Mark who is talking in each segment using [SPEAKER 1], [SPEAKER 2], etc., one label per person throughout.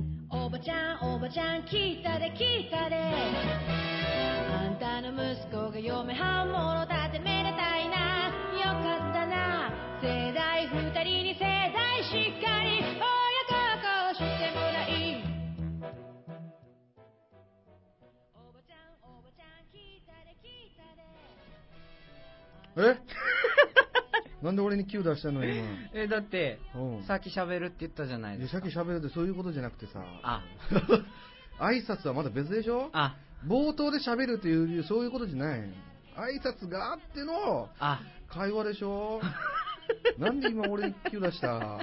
[SPEAKER 1] ちゃんおばちゃん聞いたで聞いたであんたの息子が嫁はんもろだってめでたいなよかったな世代二人に世代しっかり親孝行してもらいおばちゃんおばちゃん聞いたで聞いたで
[SPEAKER 2] え なんで俺に Q 出したの今。
[SPEAKER 3] え、だって、
[SPEAKER 2] うん
[SPEAKER 3] さっき喋るって言ったじゃない
[SPEAKER 2] い
[SPEAKER 3] で
[SPEAKER 2] や
[SPEAKER 3] す
[SPEAKER 2] さっ
[SPEAKER 3] か
[SPEAKER 2] き。喋るってそういうことじゃなくてさ。
[SPEAKER 3] あ、
[SPEAKER 2] 挨拶はまだ別でしょ
[SPEAKER 3] あ、
[SPEAKER 2] 冒頭で喋るっていう、そういうことじゃない。挨拶があっての
[SPEAKER 3] あ、
[SPEAKER 2] 会話でし ょなんで今俺に Q 出した
[SPEAKER 3] は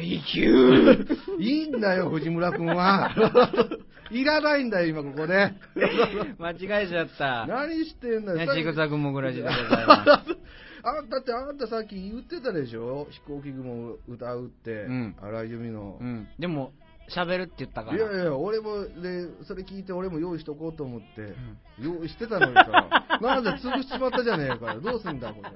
[SPEAKER 3] い、Q!
[SPEAKER 2] いいんだよ、藤村君は。いらないんだよ、今ここ で。
[SPEAKER 3] 間違えちゃった。
[SPEAKER 2] 何してんだ
[SPEAKER 3] ね
[SPEAKER 2] よ。、
[SPEAKER 3] ジグザグモグラジでございま
[SPEAKER 2] あだってあんたさっき言ってたでしょ飛行機雲を歌うって、
[SPEAKER 3] うん
[SPEAKER 2] 荒井由実の
[SPEAKER 3] す。う、ん。でも、喋るって言ったか
[SPEAKER 2] いや
[SPEAKER 3] ら。
[SPEAKER 2] いや俺もでそれ聞いて俺も用意しとこうと思って、
[SPEAKER 3] ん
[SPEAKER 2] 用意してたのに さなんで潰しちまったじゃねえかよどうすんだこれ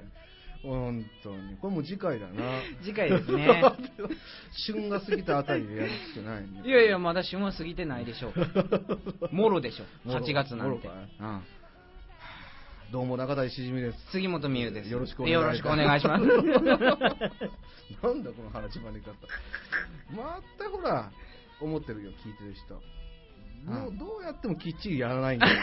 [SPEAKER 2] 本当にこれもう次回だな
[SPEAKER 3] 次回ですね。
[SPEAKER 2] 旬が過ぎたあたりでやるしかないね
[SPEAKER 3] いやいや、まだ旬は過ぎてないで しょう。もろでしょ。
[SPEAKER 2] もろ
[SPEAKER 3] 8月なんて。
[SPEAKER 2] もろかい
[SPEAKER 3] うん。
[SPEAKER 2] どうも中台しじみです
[SPEAKER 3] 杉本美優です。
[SPEAKER 2] よろしくお願いいたします
[SPEAKER 3] よろしくお願いします。
[SPEAKER 2] なんだこの話まね方またほら思ってるよ聞いてる人ど
[SPEAKER 3] う
[SPEAKER 2] うんどうやってもきっちりやらないんだよ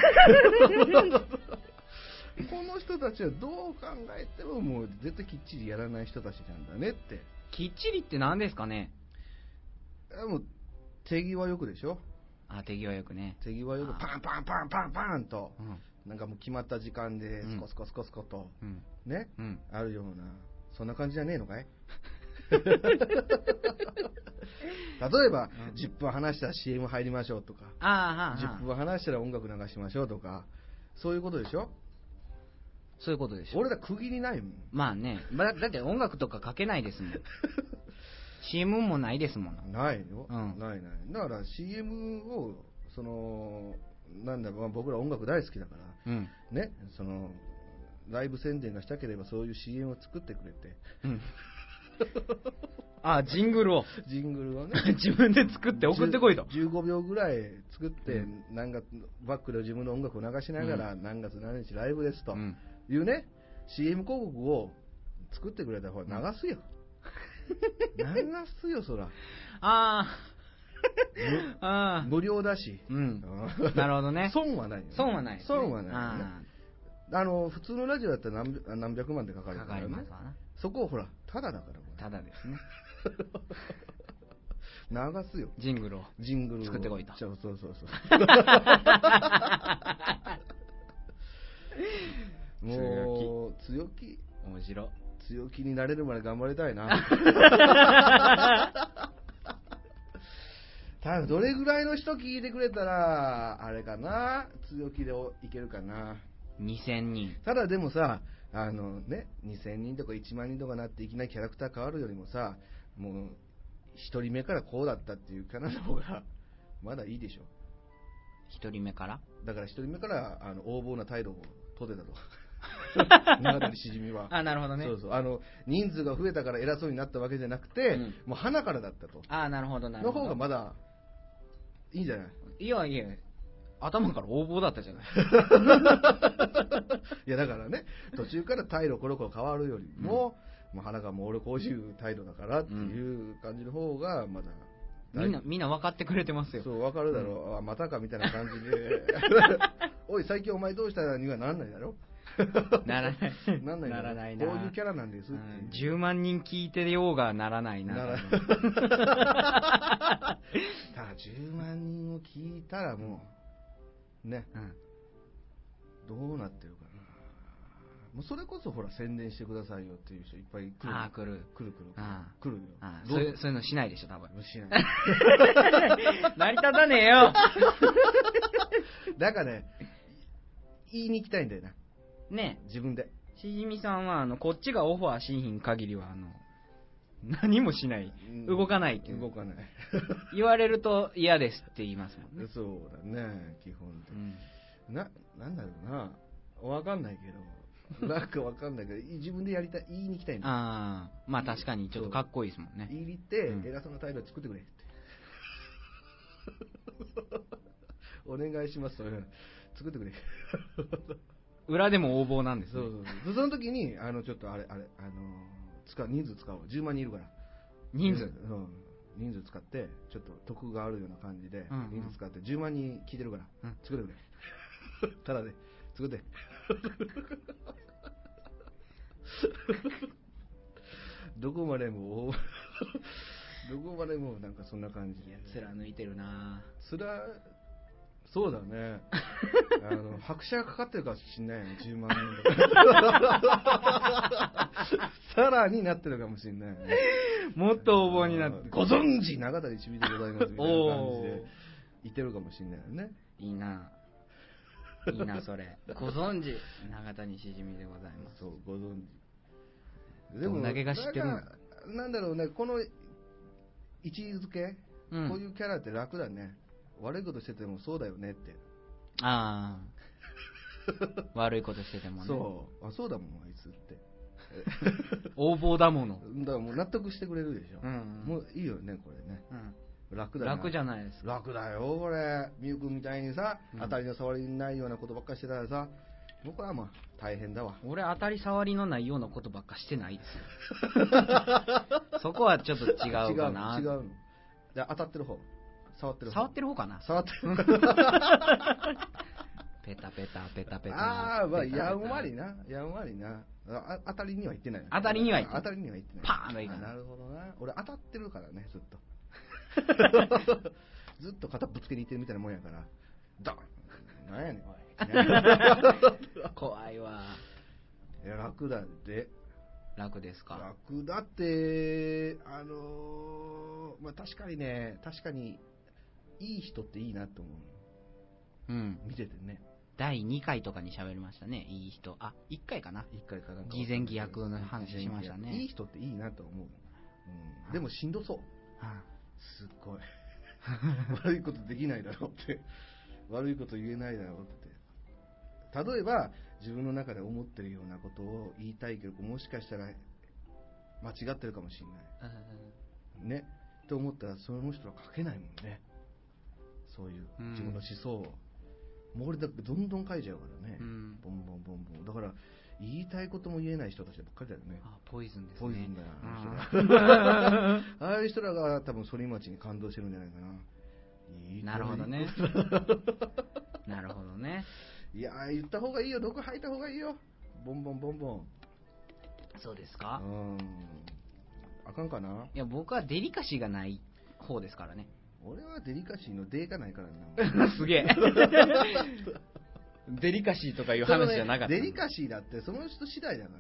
[SPEAKER 2] この人たちはどう考えてももう絶対きっちりやらない人たちなんだねって
[SPEAKER 3] きっちりって何ですかね
[SPEAKER 2] でも手際よくでしょ
[SPEAKER 3] あ、手際よくね。
[SPEAKER 2] 手際よく
[SPEAKER 3] あ
[SPEAKER 2] パンパンパンパンパンと
[SPEAKER 3] うん。
[SPEAKER 2] なんかもう決まった時間で
[SPEAKER 3] うん
[SPEAKER 2] スコスコスコスコと、
[SPEAKER 3] うん。
[SPEAKER 2] ね
[SPEAKER 3] うん。
[SPEAKER 2] あるようなそんな感じじゃねえの かい例えば、
[SPEAKER 3] うん
[SPEAKER 2] 10分話したら CM 入りましょうとか
[SPEAKER 3] あーは
[SPEAKER 2] 10
[SPEAKER 3] ー
[SPEAKER 2] 分
[SPEAKER 3] はー
[SPEAKER 2] は話したら音楽流しましょうとかそういうことでしょ
[SPEAKER 3] そういうことでしょ。
[SPEAKER 2] 俺ら区切りないもん
[SPEAKER 3] まあね。だだって音楽とかかけない ですもん。CM もないですもん。
[SPEAKER 2] ないよ、
[SPEAKER 3] うん
[SPEAKER 2] ないないだから CM をそのなんだろう、まあ僕ら音楽大好きだか
[SPEAKER 3] うん。
[SPEAKER 2] らねそのライブ宣伝がしたければそういう CM を作ってくれ て
[SPEAKER 3] うん。あ、ジングルを
[SPEAKER 2] ジングルをね
[SPEAKER 3] 自分で作って送ってこいと。
[SPEAKER 2] 10 15秒ぐらい作って、
[SPEAKER 3] う
[SPEAKER 2] 何月バックで自分の音楽を流しながら、何月何日ライブですと
[SPEAKER 3] うん
[SPEAKER 2] いうね、CM 広告を作ってくれた方が流すよ、 流すよそら
[SPEAKER 3] ああ。ああ。
[SPEAKER 2] 無料だし、
[SPEAKER 3] うん。
[SPEAKER 2] うん
[SPEAKER 3] なるほどね。
[SPEAKER 2] 損はないよね、
[SPEAKER 3] 損はないですね。
[SPEAKER 2] 損はないよね
[SPEAKER 3] あ
[SPEAKER 2] あの普通のラジオだったら何何百万でかか
[SPEAKER 3] あ
[SPEAKER 2] る
[SPEAKER 3] か
[SPEAKER 2] から
[SPEAKER 3] か
[SPEAKER 2] ね
[SPEAKER 3] りますわな。
[SPEAKER 2] そこをほらただだからこ
[SPEAKER 3] ただですね。
[SPEAKER 2] れ流すよ
[SPEAKER 3] ジングルを。
[SPEAKER 2] ジングルを
[SPEAKER 3] 作ってこいと
[SPEAKER 2] そうそうそう そうもう強気
[SPEAKER 3] 面白い。
[SPEAKER 2] 強気になれるまで頑張りたい なただどれぐらいの人聞いてくれたらあれかな強気でいけるかな
[SPEAKER 3] 2000人。
[SPEAKER 2] ただでもさあのね2000人とか1万人とかなっていきなりキャラクター変わるよりもさもう1人目からこうだったっていうキャラの方がまだいいでしょ
[SPEAKER 3] 1人目から
[SPEAKER 2] だから1人目からあの横暴な態度を取って たと長谷しじみは
[SPEAKER 3] あ、なるほどね。
[SPEAKER 2] そうそうあの人数が増えたから偉そうになったわけじゃなくて、
[SPEAKER 3] うん
[SPEAKER 2] もう花からだったと
[SPEAKER 3] あ、なるほど、なる
[SPEAKER 2] の
[SPEAKER 3] ほど。
[SPEAKER 2] 方がまだいいんじゃない
[SPEAKER 3] いやいや、頭から横暴だったじゃない。
[SPEAKER 2] いやだからね途中から態度コロコロ変わるよりも、もう花がもう俺こういう態度だからっていう感じの方がまだ、
[SPEAKER 3] みんな、みんな分かってくれてますよ。
[SPEAKER 2] そう分かるだろう、あまたかみたいな感じ でおい最近お前どうしたにはなんないだろ
[SPEAKER 3] ならない。
[SPEAKER 2] なんないだろ
[SPEAKER 3] らないな。
[SPEAKER 2] こういうキャラなんです
[SPEAKER 3] う
[SPEAKER 2] って
[SPEAKER 3] ん10万人聞いてようがならないな。
[SPEAKER 2] ならただ10万人を聞いたらもうね
[SPEAKER 3] うん
[SPEAKER 2] どうなってるかなもうそれこそほら宣伝してくださいよっていう人いっぱい来る
[SPEAKER 3] あー来る
[SPEAKER 2] 来る来る
[SPEAKER 3] あ
[SPEAKER 2] 来るよ
[SPEAKER 3] あ
[SPEAKER 2] ど
[SPEAKER 3] そうういう、そういうのしないでしょ、多分。
[SPEAKER 2] 無視しない
[SPEAKER 3] 成り立たねえよ。
[SPEAKER 2] だからね言いに行きたいんだよな
[SPEAKER 3] ね
[SPEAKER 2] 自分で
[SPEAKER 3] え、しじみさんは、あの、こっちがオファーしひん限りは、あの、何もしない。動かないっていう
[SPEAKER 2] 動かない
[SPEAKER 3] 言われると嫌ですって言いますもんね。
[SPEAKER 2] そうだね基本的
[SPEAKER 3] う
[SPEAKER 2] に
[SPEAKER 3] ん。
[SPEAKER 2] ななんだろうなわかんないけどなんかわかんないけど自分でやりたい言いに行きたいんだよ
[SPEAKER 3] ああ、まあ確かにちょっとかっこいいですもんね。
[SPEAKER 2] 入りって
[SPEAKER 3] うん
[SPEAKER 2] 偉そうな態度作ってくれって、お願いします。うん作ってくれ。
[SPEAKER 3] 裏でも横暴なんです、
[SPEAKER 2] そ
[SPEAKER 3] ね、
[SPEAKER 2] うそうそう。その時に、あの、ちょっとあれ、あれ、あのー、使う、人数使おう。10万人いるから。
[SPEAKER 3] 人数、
[SPEAKER 2] うん。人数使って、ちょっと得があるような感じで、
[SPEAKER 3] うんうん
[SPEAKER 2] 人数使って、10万人聞いてるから、
[SPEAKER 3] うん
[SPEAKER 2] 作ってく れ。ただで、作って。どこまでも、 どこまでもなんかそんな感じで。
[SPEAKER 3] 貫いてるなぁ
[SPEAKER 2] つら、そうだ ね。あの、拍車がかかってるかもしんないよね、10万人と か。さらになってるかもしんないよね。
[SPEAKER 3] もっと横暴になって
[SPEAKER 2] ご存知長谷ちびでございますみたいな感
[SPEAKER 3] お
[SPEAKER 2] じ
[SPEAKER 3] ー
[SPEAKER 2] でいてるかもしれないよね
[SPEAKER 3] いいなぁいいなそれご存知永谷しじみでございます
[SPEAKER 2] そうご存知
[SPEAKER 3] どんだけが知ってるの
[SPEAKER 2] なんかなんだろうねこの位置づけ、
[SPEAKER 3] うん
[SPEAKER 2] こういうキャラって楽だね悪いことしててもそうだよねって、
[SPEAKER 3] ああ悪いことしててもね
[SPEAKER 2] そうあそうだもんあいつっ て
[SPEAKER 3] 横暴だもの
[SPEAKER 2] だからもう納得してくれるでしょ、
[SPEAKER 3] うんうん
[SPEAKER 2] もういいよねこれね
[SPEAKER 3] うん
[SPEAKER 2] 楽だな
[SPEAKER 3] 楽じゃないですか
[SPEAKER 2] 楽だよこれみゆくんみたいにさ、
[SPEAKER 3] うん
[SPEAKER 2] 当たりの触りのないようなことばっかりしてたらさ僕はまあ大変だわ
[SPEAKER 3] 俺当たり障りのないようなことばっかしてない ですよそこはちょっと違うかな
[SPEAKER 2] 違う違うのじゃあ当たってる方触ってる方
[SPEAKER 3] 触ってる方かな
[SPEAKER 2] 触ってる
[SPEAKER 3] ペタペタペタペタ
[SPEAKER 2] ああまあ
[SPEAKER 3] ペタペタ
[SPEAKER 2] やんわりなやんわりなあ当たりには行ってない
[SPEAKER 3] 当たりには行って
[SPEAKER 2] 当たりには行ってない
[SPEAKER 3] パーンのいいか
[SPEAKER 2] あ
[SPEAKER 3] な
[SPEAKER 2] なるほどな俺当たってるからねずっ とずっと肩ぶつけに行ってるみたいなもんやからドンなんやねん お
[SPEAKER 3] 怖いわ
[SPEAKER 2] いいや楽だで
[SPEAKER 3] 楽ですか
[SPEAKER 2] 楽だってあのーまあ確かにね確かにいい人っていいなと思う
[SPEAKER 3] うん
[SPEAKER 2] 見ててね
[SPEAKER 3] 第2回とかに喋りましたねいい人あ1回かな
[SPEAKER 2] 一回かなんか
[SPEAKER 3] 偽善偽悪の話しましたね
[SPEAKER 2] いい人っていいなと思う、うん、でもしんどそう
[SPEAKER 3] うん
[SPEAKER 2] すっ ごい悪いことできないだろうって悪いこと言えないだろうって例えば自分の中で思ってるようなことを言いたいけどもしかしたら間違ってるかもしれないねって思ったらその人は書けないもんねそういう
[SPEAKER 3] うん
[SPEAKER 2] 自分の思想を、もう俺だってどんどん書いちゃうからね、
[SPEAKER 3] うん
[SPEAKER 2] ボンボンボンボンだから言いたいことも言えない人たちばっかりだよね
[SPEAKER 3] あポイズンですね
[SPEAKER 2] ポイズンだよ
[SPEAKER 3] うん
[SPEAKER 2] ああいう人らが多分反町に感動してるんじゃないかな。いい
[SPEAKER 3] なるほど ねなるほどね
[SPEAKER 2] いやー、言った方がいいよ。毒吐いた方がいいよ。ボンボンボンボン。
[SPEAKER 3] そうです
[SPEAKER 2] う
[SPEAKER 3] か
[SPEAKER 2] ん。あかんかない
[SPEAKER 3] や僕はデリカシーがない方ですからね
[SPEAKER 2] 俺はデリカシーのデーがないからな。
[SPEAKER 3] すげえデリカシーとかいう
[SPEAKER 2] その
[SPEAKER 3] 話
[SPEAKER 2] ね
[SPEAKER 3] じゃなかった
[SPEAKER 2] デリカシーだってその人次第だか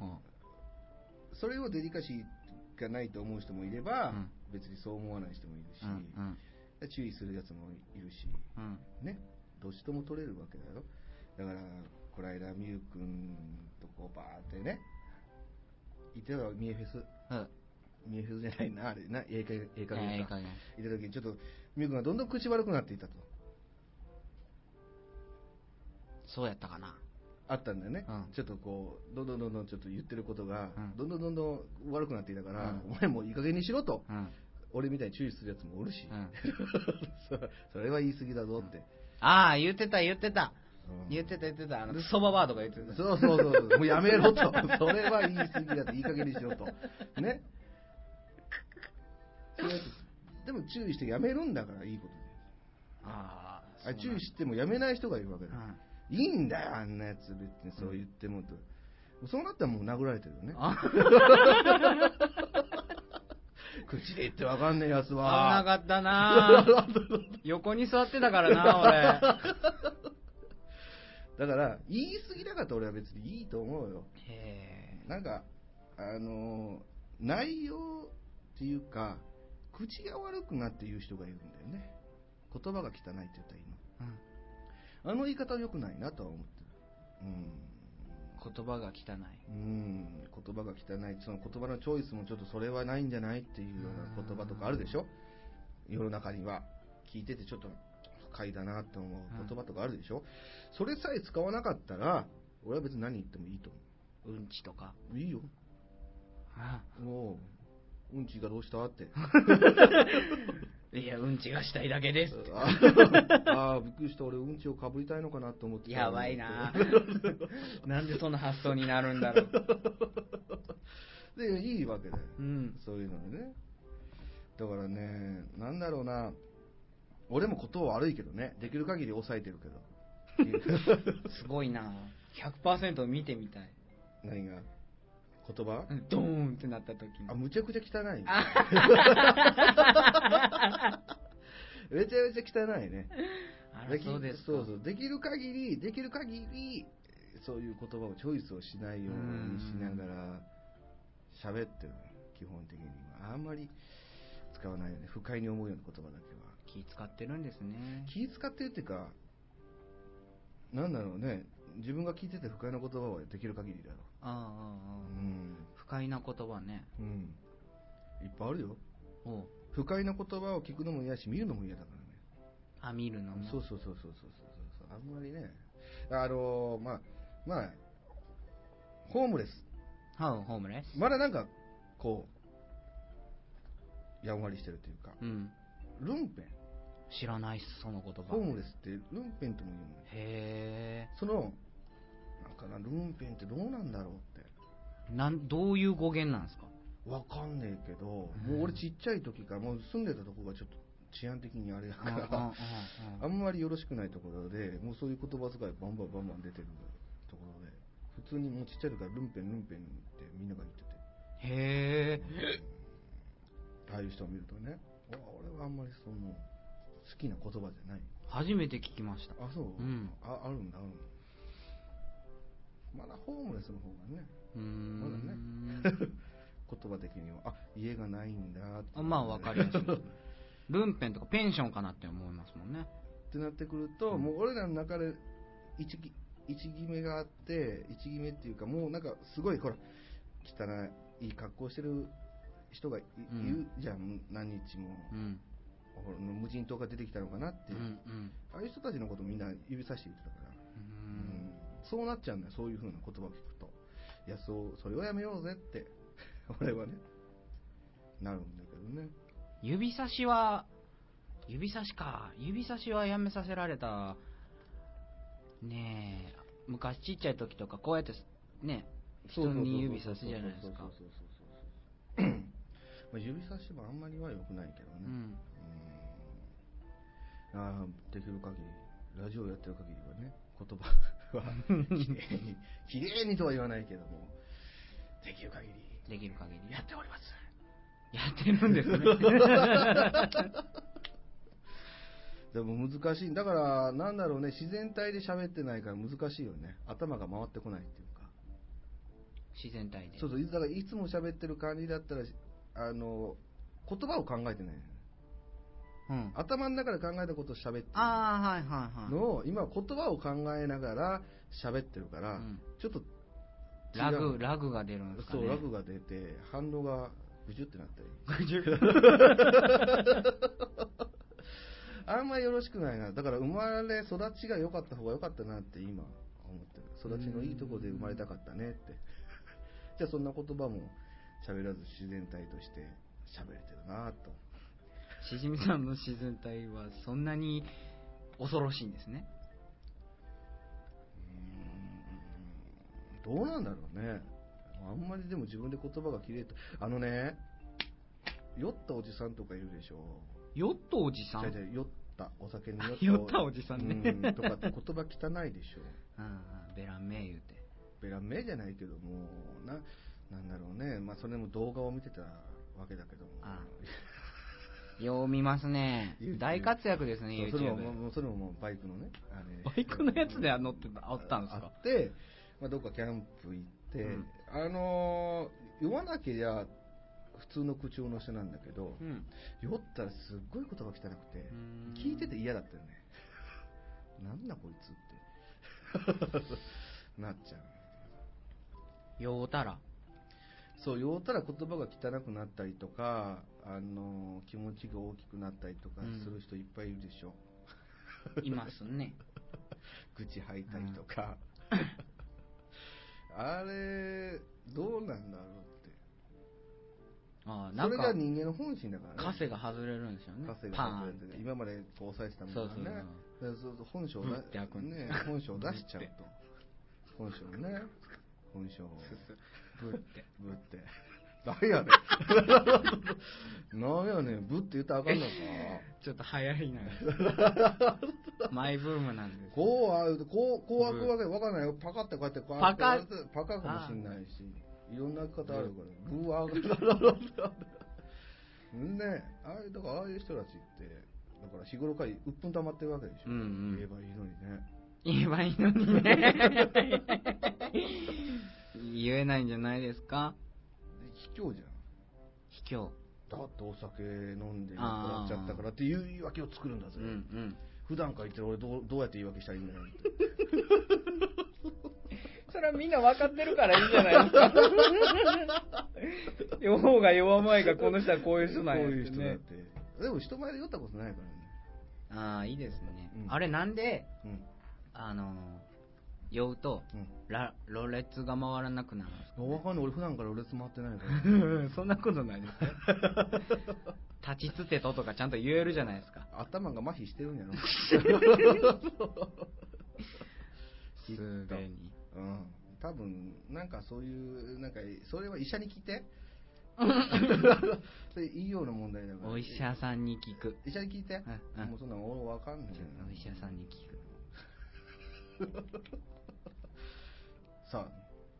[SPEAKER 2] ら。
[SPEAKER 3] うん
[SPEAKER 2] それをデリカシーがないと思う人もいれば、
[SPEAKER 3] うん
[SPEAKER 2] 別にそう思わない人もいるし、
[SPEAKER 3] うん
[SPEAKER 2] 注意するやつもいるし。
[SPEAKER 3] うん
[SPEAKER 2] ね、どっちとも取れるわけだよ。だから、こないだみゆくんとこうバーってね、行ってたのミエフェス。
[SPEAKER 3] うん
[SPEAKER 2] ミエフェスじゃないな、あれな、ええかええか
[SPEAKER 3] いやい
[SPEAKER 2] げ
[SPEAKER 3] い
[SPEAKER 2] か。
[SPEAKER 3] 加減
[SPEAKER 2] 行った時にちょっと、みゆくんがどんどん口悪くなっていたと。
[SPEAKER 3] そうやったかな
[SPEAKER 2] あったんだよね、
[SPEAKER 3] うん
[SPEAKER 2] ちょっとこう、どんどんどんどんちょっと言ってることが、
[SPEAKER 3] うん
[SPEAKER 2] どんどんどんどん悪くなっていたから、
[SPEAKER 3] うん
[SPEAKER 2] お前もういい加減にしろと、
[SPEAKER 3] うん
[SPEAKER 2] 俺みたいに注意するやつもおるし、
[SPEAKER 3] うん
[SPEAKER 2] そ それは言い過ぎだぞって、
[SPEAKER 3] ああ言ってた言ってた
[SPEAKER 2] うん
[SPEAKER 3] 言ってた言ってたあのそばバーとか言ってた
[SPEAKER 2] そうそうそうそう、もうやめろと、それは言い過ぎだと、いい加減にしろと、ね。そうやってでも注意してやめるんだから、いいこと
[SPEAKER 3] あ
[SPEAKER 2] で。あれ注意してもやめない人がいるわけだ。いいんだよ、あんなやつ、別にそう言ってもと。そうなったらもう殴られてるよね。
[SPEAKER 3] あ
[SPEAKER 2] 口で言ってわかんねえやつ
[SPEAKER 3] 危な
[SPEAKER 2] は。
[SPEAKER 3] かったなぁ横に座ってたから な俺
[SPEAKER 2] だから、言い過ぎだからと俺は別にいいと思うよ。
[SPEAKER 3] へ
[SPEAKER 2] なんか、あのー内容っていうか、口が悪くなって言う人がいるんだよね。言葉が汚いって言ったらいい
[SPEAKER 3] え、うん
[SPEAKER 2] の。あの言い方は良くないなとは思ってる。
[SPEAKER 3] 言葉が汚い
[SPEAKER 2] うん。うん。言葉が汚い。その言葉のチョイスもちょっとそれはないんじゃないっていうような言葉とかあるでしょ世の中には。聞いててちょっと不快だなって思う言葉とかあるでしょ、それさえ使わなかったら、俺は別に何言ってもいいと思
[SPEAKER 3] うんちとか
[SPEAKER 2] う。いいよ。もう、うんちがどうしたって。
[SPEAKER 3] いや、うんちがしたいだけですって。
[SPEAKER 2] あ あー、びっくりした。俺、うんちをかぶりたいのかなと思ってた
[SPEAKER 3] やばいななんでそんな発想になるんだろう。
[SPEAKER 2] で、いいわけだよ。
[SPEAKER 3] うん。
[SPEAKER 2] そういうのでね。だからね、なんだろうな。俺もことは悪いけどね。できる限り抑えてるけど。
[SPEAKER 3] すごいな100%見てみたい。
[SPEAKER 2] 何が言葉
[SPEAKER 3] ドーンってなった時
[SPEAKER 2] あ、
[SPEAKER 3] の。
[SPEAKER 2] むちゃくちゃ汚い。 めちゃめちゃ汚いね。
[SPEAKER 3] あ
[SPEAKER 2] で
[SPEAKER 3] ら、
[SPEAKER 2] き
[SPEAKER 3] そうですか。
[SPEAKER 2] そうそうできる限りできる限りそういう言葉をチョイスをしないようにしながら喋ってる基本的にはあんまり使わないよね不快に思うような言葉だけは
[SPEAKER 3] 気使ってるんですね。
[SPEAKER 2] 気使ってるっていうかなんだろうね自分が聞いてて不快な言葉はできる限りだろ
[SPEAKER 3] あああ
[SPEAKER 2] う
[SPEAKER 3] あ、ああ
[SPEAKER 2] ん
[SPEAKER 3] 不快な言葉ね。
[SPEAKER 2] うんいっぱいあるよ
[SPEAKER 3] おう
[SPEAKER 2] 不快な言葉を聞くのも嫌やし見るのも嫌だからね
[SPEAKER 3] あ、見るのも。
[SPEAKER 2] そうそうそうそうそうそうそうあんまりねあのーまあまあホームレス
[SPEAKER 3] はい、ホームレス。
[SPEAKER 2] まだなんかこうやんわりしてるというか
[SPEAKER 3] うん。
[SPEAKER 2] ルンペン
[SPEAKER 3] 知らないっす、その言
[SPEAKER 2] ホー
[SPEAKER 3] 葉。
[SPEAKER 2] ムレスってルンペンとも言うのね
[SPEAKER 3] へ
[SPEAKER 2] そのなんかなルンペンってどうなんだろうって
[SPEAKER 3] え。なん、どういう語源なん ですか
[SPEAKER 2] わかんねえけどもう俺ちっちゃい時からもう住んでたとこがちょっと治安的にあれだか
[SPEAKER 3] うんうん
[SPEAKER 2] ら
[SPEAKER 3] うんう
[SPEAKER 2] あ
[SPEAKER 3] ん
[SPEAKER 2] んまりよろしくないところで、もうそういう言葉遣いバンバンバンバン出てるところで、普通にもうちっちゃい時からルンペンルンペンってみんなが言ってて、
[SPEAKER 3] へえ。
[SPEAKER 2] ああいう人を見るとね、あ俺はあんまりその、好きな言葉じゃない。
[SPEAKER 3] 初めて聞きました。
[SPEAKER 2] あ、そう、
[SPEAKER 3] うん
[SPEAKER 2] ああるんだ、あるんだ。まだホームレスの方がね、
[SPEAKER 3] うーん。
[SPEAKER 2] 言葉的には、あ、家がないんだって
[SPEAKER 3] あまあ、わかり
[SPEAKER 2] っ
[SPEAKER 3] やすいですね。ルンペンとかペンションかなって思いますもんね。
[SPEAKER 2] てなってくると、もう俺らの中で一ぎ一決めがあって、一決めっていうか、もうなんかすごい、ほら、汚い、いい格好してる人がい,、
[SPEAKER 3] うん
[SPEAKER 2] るじゃん、何日も、
[SPEAKER 3] うん。
[SPEAKER 2] ほら無人島が出てきたのかなって
[SPEAKER 3] う
[SPEAKER 2] い
[SPEAKER 3] ん
[SPEAKER 2] う、
[SPEAKER 3] うん。
[SPEAKER 2] ああいう人たちのことみんな指さして言ってたから、
[SPEAKER 3] うー
[SPEAKER 2] うん
[SPEAKER 3] ん
[SPEAKER 2] そうなっちゃうんだよ、そういう風な言葉を聞くと。いや、そう、それはやめようぜって、 俺はね、なるんだけどね。
[SPEAKER 3] 指差しは、指差しか。指差しはやめさせられた。ねえ、昔ちっちゃい時とか、こうやって、ね、人に指さすじゃないですか
[SPEAKER 2] そう。そうそうそうそうそうそうそうまあ指さしもあんまりは良くないけどね
[SPEAKER 3] う。
[SPEAKER 2] う
[SPEAKER 3] ん。
[SPEAKER 2] んあーできる限り、ラジオやってる限りはね、言葉 はきれいに、きれいにとは言わないけども、できる限り
[SPEAKER 3] できる限り。
[SPEAKER 2] やっております。
[SPEAKER 3] やってるんで すね。
[SPEAKER 2] でも難しい。だから、なんだろうね、自然体で喋ってないから難しいよね。頭が回ってこないっていうか。
[SPEAKER 3] 自然体で。
[SPEAKER 2] そうそう、いつだからいつも喋ってる感じだったら、あの、言葉を考えてないよね。
[SPEAKER 3] うん。
[SPEAKER 2] 頭の中で考えたことを喋ってる
[SPEAKER 3] ああ、はいはいはい。
[SPEAKER 2] のを、今言葉を考えながら喋ってるから、
[SPEAKER 3] うん
[SPEAKER 2] ちょっと違う
[SPEAKER 3] ラグ、ラグが出るんですか
[SPEAKER 2] そ
[SPEAKER 3] ね。
[SPEAKER 2] う、ラグが出て、反応がぐじゅってなったり。 あんまりよろしくないな。だから生まれ育ちが良かった方が良かったなって今思ってる。育ちのいいとこで生まれたかったね って。じゃあそんな言葉も喋らず自然体として喋れてるなと。
[SPEAKER 3] しじみさんの自然体はそんなに恐ろしいんですね。
[SPEAKER 2] うーんどうなんだろうね。あんまりでも自分で言葉が綺麗と。あのね、酔ったおじさんとかいるでしょ。
[SPEAKER 3] ヨットおじさん。
[SPEAKER 2] 違う
[SPEAKER 3] うん
[SPEAKER 2] 違う酔った、お酒の
[SPEAKER 3] 酔ったおじさんね
[SPEAKER 2] うとかって言葉汚いでしょ。
[SPEAKER 3] うん、ベランメイ言うて。
[SPEAKER 2] ベラ目じゃないけども、な、なんだろうね。まあそれも動画を見てたわけだけども。
[SPEAKER 3] あ よう見ますね
[SPEAKER 2] YouTube。
[SPEAKER 3] 大活躍ですね、
[SPEAKER 2] そうそれも、
[SPEAKER 3] YouTube。
[SPEAKER 2] もうそれももうバイクのね。あれ
[SPEAKER 3] バイクのやつで乗ってた、あったんです
[SPEAKER 2] あ
[SPEAKER 3] か
[SPEAKER 2] って、まあ、どっかキャンプ行って、
[SPEAKER 3] うん
[SPEAKER 2] あのー酔わなきゃ普通の口調の人なんだけど、
[SPEAKER 3] うん。
[SPEAKER 2] 酔ったらすっごい言葉汚くて、
[SPEAKER 3] うん
[SPEAKER 2] 聞いてて嫌だったよね。 なんだこいつって。 なっちゃう。
[SPEAKER 3] 酔うたら。
[SPEAKER 2] そう、酔ったら言葉が汚くなったりとか、あのー気持ちが大きくなったりとかする人いっぱいいるでしょ。
[SPEAKER 3] いますね。
[SPEAKER 2] 愚痴吐いたりとか。 あれ、どうなんだろうって。
[SPEAKER 3] ああな
[SPEAKER 2] そ
[SPEAKER 3] ん
[SPEAKER 2] れ
[SPEAKER 3] か
[SPEAKER 2] が人間の本心だからね
[SPEAKER 3] カセが外れるんですよね
[SPEAKER 2] カセ
[SPEAKER 3] パー
[SPEAKER 2] が外
[SPEAKER 3] ン
[SPEAKER 2] れ
[SPEAKER 3] っ
[SPEAKER 2] て
[SPEAKER 3] て
[SPEAKER 2] ね今までこう抑えてたもん
[SPEAKER 3] そ
[SPEAKER 2] だ
[SPEAKER 3] う
[SPEAKER 2] か
[SPEAKER 3] そう
[SPEAKER 2] ら
[SPEAKER 3] そう
[SPEAKER 2] ねだからそうそう本性を
[SPEAKER 3] ブッて開くんだ
[SPEAKER 2] ね本性を出しちゃうと本性をね本性を
[SPEAKER 3] ブッて
[SPEAKER 2] ぶって 誰やねん なんやねんぶって言ったらあかんのか
[SPEAKER 3] ちょっと流行 りなんですマイブームなんです
[SPEAKER 2] こうあうこうこう開くわけわかんないよパカってこうやってこう開く
[SPEAKER 3] パカ
[SPEAKER 2] パカかもしんないしいろんな開き方あるからブワーがねあれだからああいう人たちってだから日頃から鬱憤溜まってるわけでしょ、
[SPEAKER 3] うんうん
[SPEAKER 2] 言えばいいのにね
[SPEAKER 3] 言えばいいのにね 言えないんじゃないですか
[SPEAKER 2] 卑怯じゃん
[SPEAKER 3] 卑怯
[SPEAKER 2] だってお酒飲んで酔っ払っちゃったからっていう言い訳を作るんだぜ、
[SPEAKER 3] うんうん
[SPEAKER 2] 普段から言ってる俺どうどうやって言い訳したらいいんだよって
[SPEAKER 3] それはみんな分かってるからいいじゃ ないですか予報が弱まいがこの人はこういう人なん
[SPEAKER 2] こ
[SPEAKER 3] や
[SPEAKER 2] ういう
[SPEAKER 3] って
[SPEAKER 2] 人だっ
[SPEAKER 3] ね
[SPEAKER 2] てでも人前で酔ったことないからね
[SPEAKER 3] ああいいですね、
[SPEAKER 2] うん
[SPEAKER 3] あれなんで
[SPEAKER 2] うん
[SPEAKER 3] あの酔うとラろれつが回らなくなるんですか
[SPEAKER 2] うん分かんない俺普段から俺詰まってないから
[SPEAKER 3] そんなことないですよ 立ちつてととかちゃんと言えるじゃないですか。
[SPEAKER 2] 頭が麻痺してるんやろ
[SPEAKER 3] す
[SPEAKER 2] きっと
[SPEAKER 3] でに。
[SPEAKER 2] うん多分なんかそういうなんかそれは医者に聞い てそれ医療の問題だから
[SPEAKER 3] お医者さんに聞 く。
[SPEAKER 2] 医者に聞いて
[SPEAKER 3] うんうん
[SPEAKER 2] もうそんなん俺分かんない
[SPEAKER 3] お医者さんに聞く。
[SPEAKER 2] さ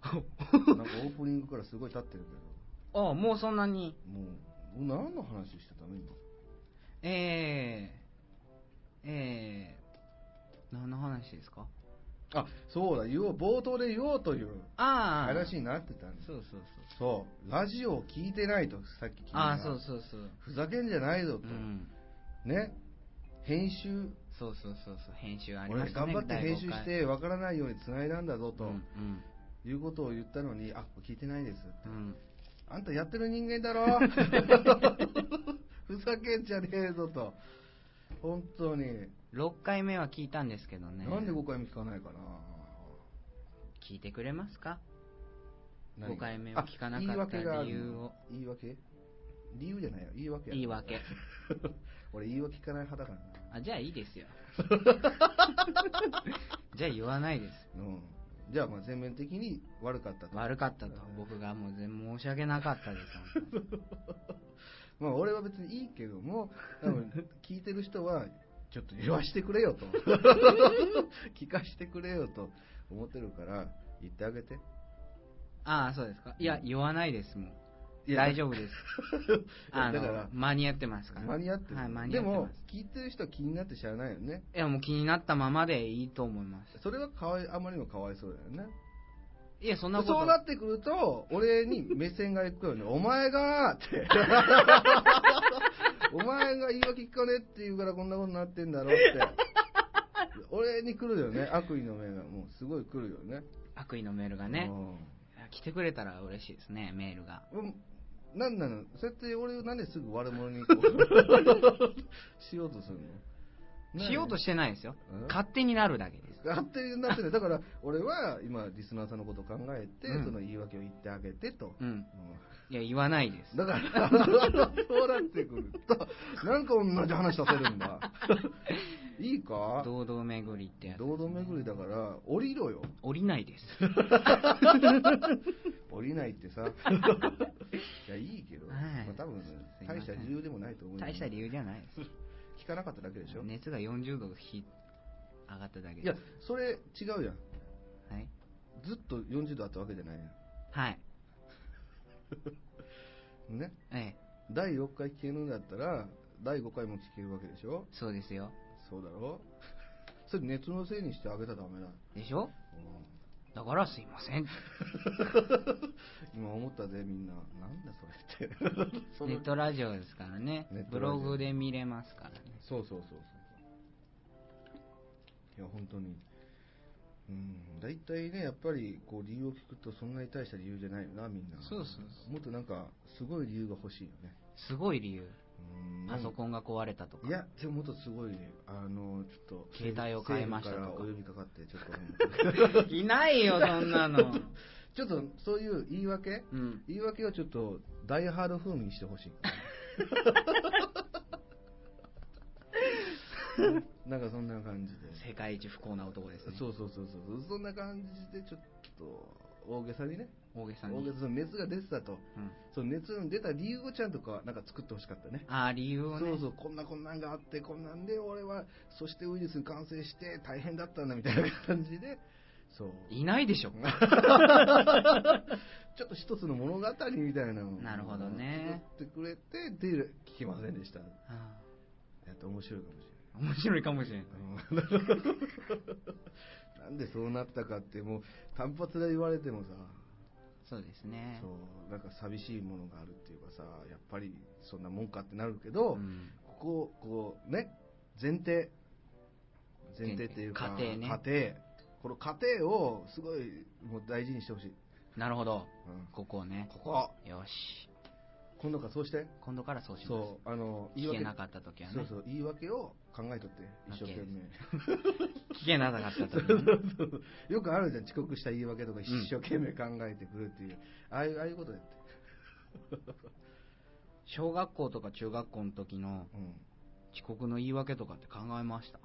[SPEAKER 2] あなんかオープニングからすごい立ってるけ
[SPEAKER 3] ああ、もうそんなに。
[SPEAKER 2] どもう何の話してたの今
[SPEAKER 3] ええええ何の話ですか
[SPEAKER 2] あそうだ言おう冒頭で言おうという
[SPEAKER 3] ああ。
[SPEAKER 2] 話になってたんです
[SPEAKER 3] そうそうそ
[SPEAKER 2] そ
[SPEAKER 3] う。
[SPEAKER 2] うラジオを聞いてないとさっき聞いた
[SPEAKER 3] ああ、そうそうそう。
[SPEAKER 2] ふざけんじゃないぞと、
[SPEAKER 3] うん。
[SPEAKER 2] ね編集
[SPEAKER 3] そうそうそうそう。編集ありま
[SPEAKER 2] 俺
[SPEAKER 3] したね。
[SPEAKER 2] 頑張って編集し
[SPEAKER 3] 第五回
[SPEAKER 2] てわからないようにつないだんだぞ
[SPEAKER 3] う
[SPEAKER 2] と
[SPEAKER 3] んうん。
[SPEAKER 2] いうことを言ったのに、あ聞いてないです
[SPEAKER 3] うん。
[SPEAKER 2] あんたやってる人間だ ろふざけんじゃねえぞと本当に、
[SPEAKER 3] 6回目は聞いたんですけどね。
[SPEAKER 2] なんで5回も聞かないか
[SPEAKER 3] 聞いてくれますか
[SPEAKER 2] な
[SPEAKER 3] 5回目を聞かなかった理由を
[SPEAKER 2] 言い訳がある言い訳理由じゃないよ言い訳や
[SPEAKER 3] 言い訳。
[SPEAKER 2] 俺言い訳聞かない派だからな
[SPEAKER 3] あ、じゃあいいで すよ。じゃあ言わないです。
[SPEAKER 2] うん、じゃあまあ全面的に悪かったと
[SPEAKER 3] 悪かったと。僕がもう全申し訳なかったです本当に。
[SPEAKER 2] まあ俺は別にいいけども多分聞いてる人はちょっと言わしてくれよ と聞かしてくれよと思ってるから言ってあげて
[SPEAKER 3] ああ、そうですか。いや、言わないですもん。
[SPEAKER 2] いや
[SPEAKER 3] 大丈夫です。 あ
[SPEAKER 2] だから
[SPEAKER 3] の、間に合ってますから。
[SPEAKER 2] 間に合ってる、
[SPEAKER 3] はい、間に
[SPEAKER 2] で
[SPEAKER 3] 合って
[SPEAKER 2] も
[SPEAKER 3] ます。
[SPEAKER 2] 聞いてる人は気になって知らないよね
[SPEAKER 3] いや、もう気になったままでいいと思います。
[SPEAKER 2] それはかわいあまりにもかわいそうだよね
[SPEAKER 3] いや、そんなこと。
[SPEAKER 2] そうなってくると俺に目線がいくよねお前がって お前が言い訳聞かねえって言うからこんなことになってんだろって俺に来るよね悪意の目がもうすごい来るよね
[SPEAKER 3] 悪意のメールがね。いや来てくれたら嬉しいですね、メールが。
[SPEAKER 2] うんうんなんなのそうやって俺をなんですぐ悪者 にこうしようとするの
[SPEAKER 3] しようと
[SPEAKER 2] し
[SPEAKER 3] してないですよ
[SPEAKER 2] うん。
[SPEAKER 3] 勝手になるだけです。
[SPEAKER 2] 勝手になってないだから俺は今リスナーさんのことを考えて、
[SPEAKER 3] うん
[SPEAKER 2] その言い訳を言ってあげてと、
[SPEAKER 3] うん。
[SPEAKER 2] うん
[SPEAKER 3] いや、言わないです。
[SPEAKER 2] だから、 そうなってくると、なんか同じ話させるん だ。いいか
[SPEAKER 3] 堂々巡りってやつ。
[SPEAKER 2] 堂々巡りだから、降りろよ。
[SPEAKER 3] 降りないです。
[SPEAKER 2] 降りない ってさ。いや、いいけど、
[SPEAKER 3] はい
[SPEAKER 2] まあ、多分、
[SPEAKER 3] すいません
[SPEAKER 2] 大した理由でもないと思うよ。
[SPEAKER 3] 大した理由じゃないです。
[SPEAKER 2] 聞かなかっただけでしょ。
[SPEAKER 3] 熱が40度ひ上がっただけ
[SPEAKER 2] い
[SPEAKER 3] で
[SPEAKER 2] や
[SPEAKER 3] す。、
[SPEAKER 2] それ違うやん。
[SPEAKER 3] はい。
[SPEAKER 2] ずっと40度あったわけじゃない
[SPEAKER 3] はい。
[SPEAKER 2] やん。ね。
[SPEAKER 3] ええ、
[SPEAKER 2] 第6回聞けるんだったら、第5回も聞けるわけでしょ。
[SPEAKER 3] そうですよ。
[SPEAKER 2] そうだろそれ熱のせいにしてあげたらダメだ。
[SPEAKER 3] でしょ
[SPEAKER 2] うん
[SPEAKER 3] だからすいません。
[SPEAKER 2] 今思ったぜみんななんだそ れってその
[SPEAKER 3] ネットラジオですからね
[SPEAKER 2] ネッ。ト
[SPEAKER 3] ブ
[SPEAKER 2] ラジオ
[SPEAKER 3] ログで見れますからね。
[SPEAKER 2] そうそうそうそういや本当にうん大体ねやっぱりこう理由を聞くとそんなに大した理由じゃないよなみんな
[SPEAKER 3] そうそうそ
[SPEAKER 2] もっとなんかすごい理由が欲しいよね
[SPEAKER 3] すごい理由。
[SPEAKER 2] うん
[SPEAKER 3] パソコンが壊れたとか。
[SPEAKER 2] い やでももっとすごい理由あのちょっと
[SPEAKER 3] 携帯を変えましたとか
[SPEAKER 2] 政府からお呼びかかってちょっと
[SPEAKER 3] いないよ、そんなの。
[SPEAKER 2] ちょっとそういう言い訳、
[SPEAKER 3] うん。
[SPEAKER 2] 言い訳をちょっとダイハード風味にしてほ しいなんかそんな感じで
[SPEAKER 3] 世界一不幸な男ですね。
[SPEAKER 2] そうそうそうそうそんな感じでちょっと大げさにね
[SPEAKER 3] 大げさに。
[SPEAKER 2] 大げさに熱が出てたと
[SPEAKER 3] うん
[SPEAKER 2] その熱の出た理由をちゃんとかなんか作ってほしかったね
[SPEAKER 3] ああ、理由
[SPEAKER 2] そ
[SPEAKER 3] を
[SPEAKER 2] う
[SPEAKER 3] ね。
[SPEAKER 2] そうこんなこんなんがあってこんなんで俺はそしてウイルスに感染して大変だったんだみたいな感じでそう
[SPEAKER 3] いないでしょ。
[SPEAKER 2] ちょっと一つの物語みたいなのを
[SPEAKER 3] なるほどね
[SPEAKER 2] 作ってくれてで聞きませんでした
[SPEAKER 3] あ
[SPEAKER 2] えっと面白いかもし
[SPEAKER 3] あ面白いかもしれない。
[SPEAKER 2] れない うんなんでそうなったかってもう単発で言われてもさ
[SPEAKER 3] そうですね。
[SPEAKER 2] そうなんか寂しいものがあるっていうかさやっぱりそんなもんかってなるけど、
[SPEAKER 3] うん
[SPEAKER 2] ここをこうね前提前提っていうか
[SPEAKER 3] 前提家庭ね
[SPEAKER 2] 家庭この家庭をすごいもう大事にしてほしい、
[SPEAKER 3] なるほど。
[SPEAKER 2] うん
[SPEAKER 3] ここをね。
[SPEAKER 2] ここ
[SPEAKER 3] よし。
[SPEAKER 2] 今度からそうして
[SPEAKER 3] 今度からそうしま
[SPEAKER 2] そうあの
[SPEAKER 3] す。聞けなかった時はね。
[SPEAKER 2] そうそう言い訳を考えとって一生懸命
[SPEAKER 3] 聞けなかった時はね。
[SPEAKER 2] よくあるじゃん遅刻した言い訳とか一生懸命考えてくるっていう、ああいうああいうことやって、
[SPEAKER 3] 小学校とか中学校の時の
[SPEAKER 2] うん、
[SPEAKER 3] 遅刻の言い訳とかって考えました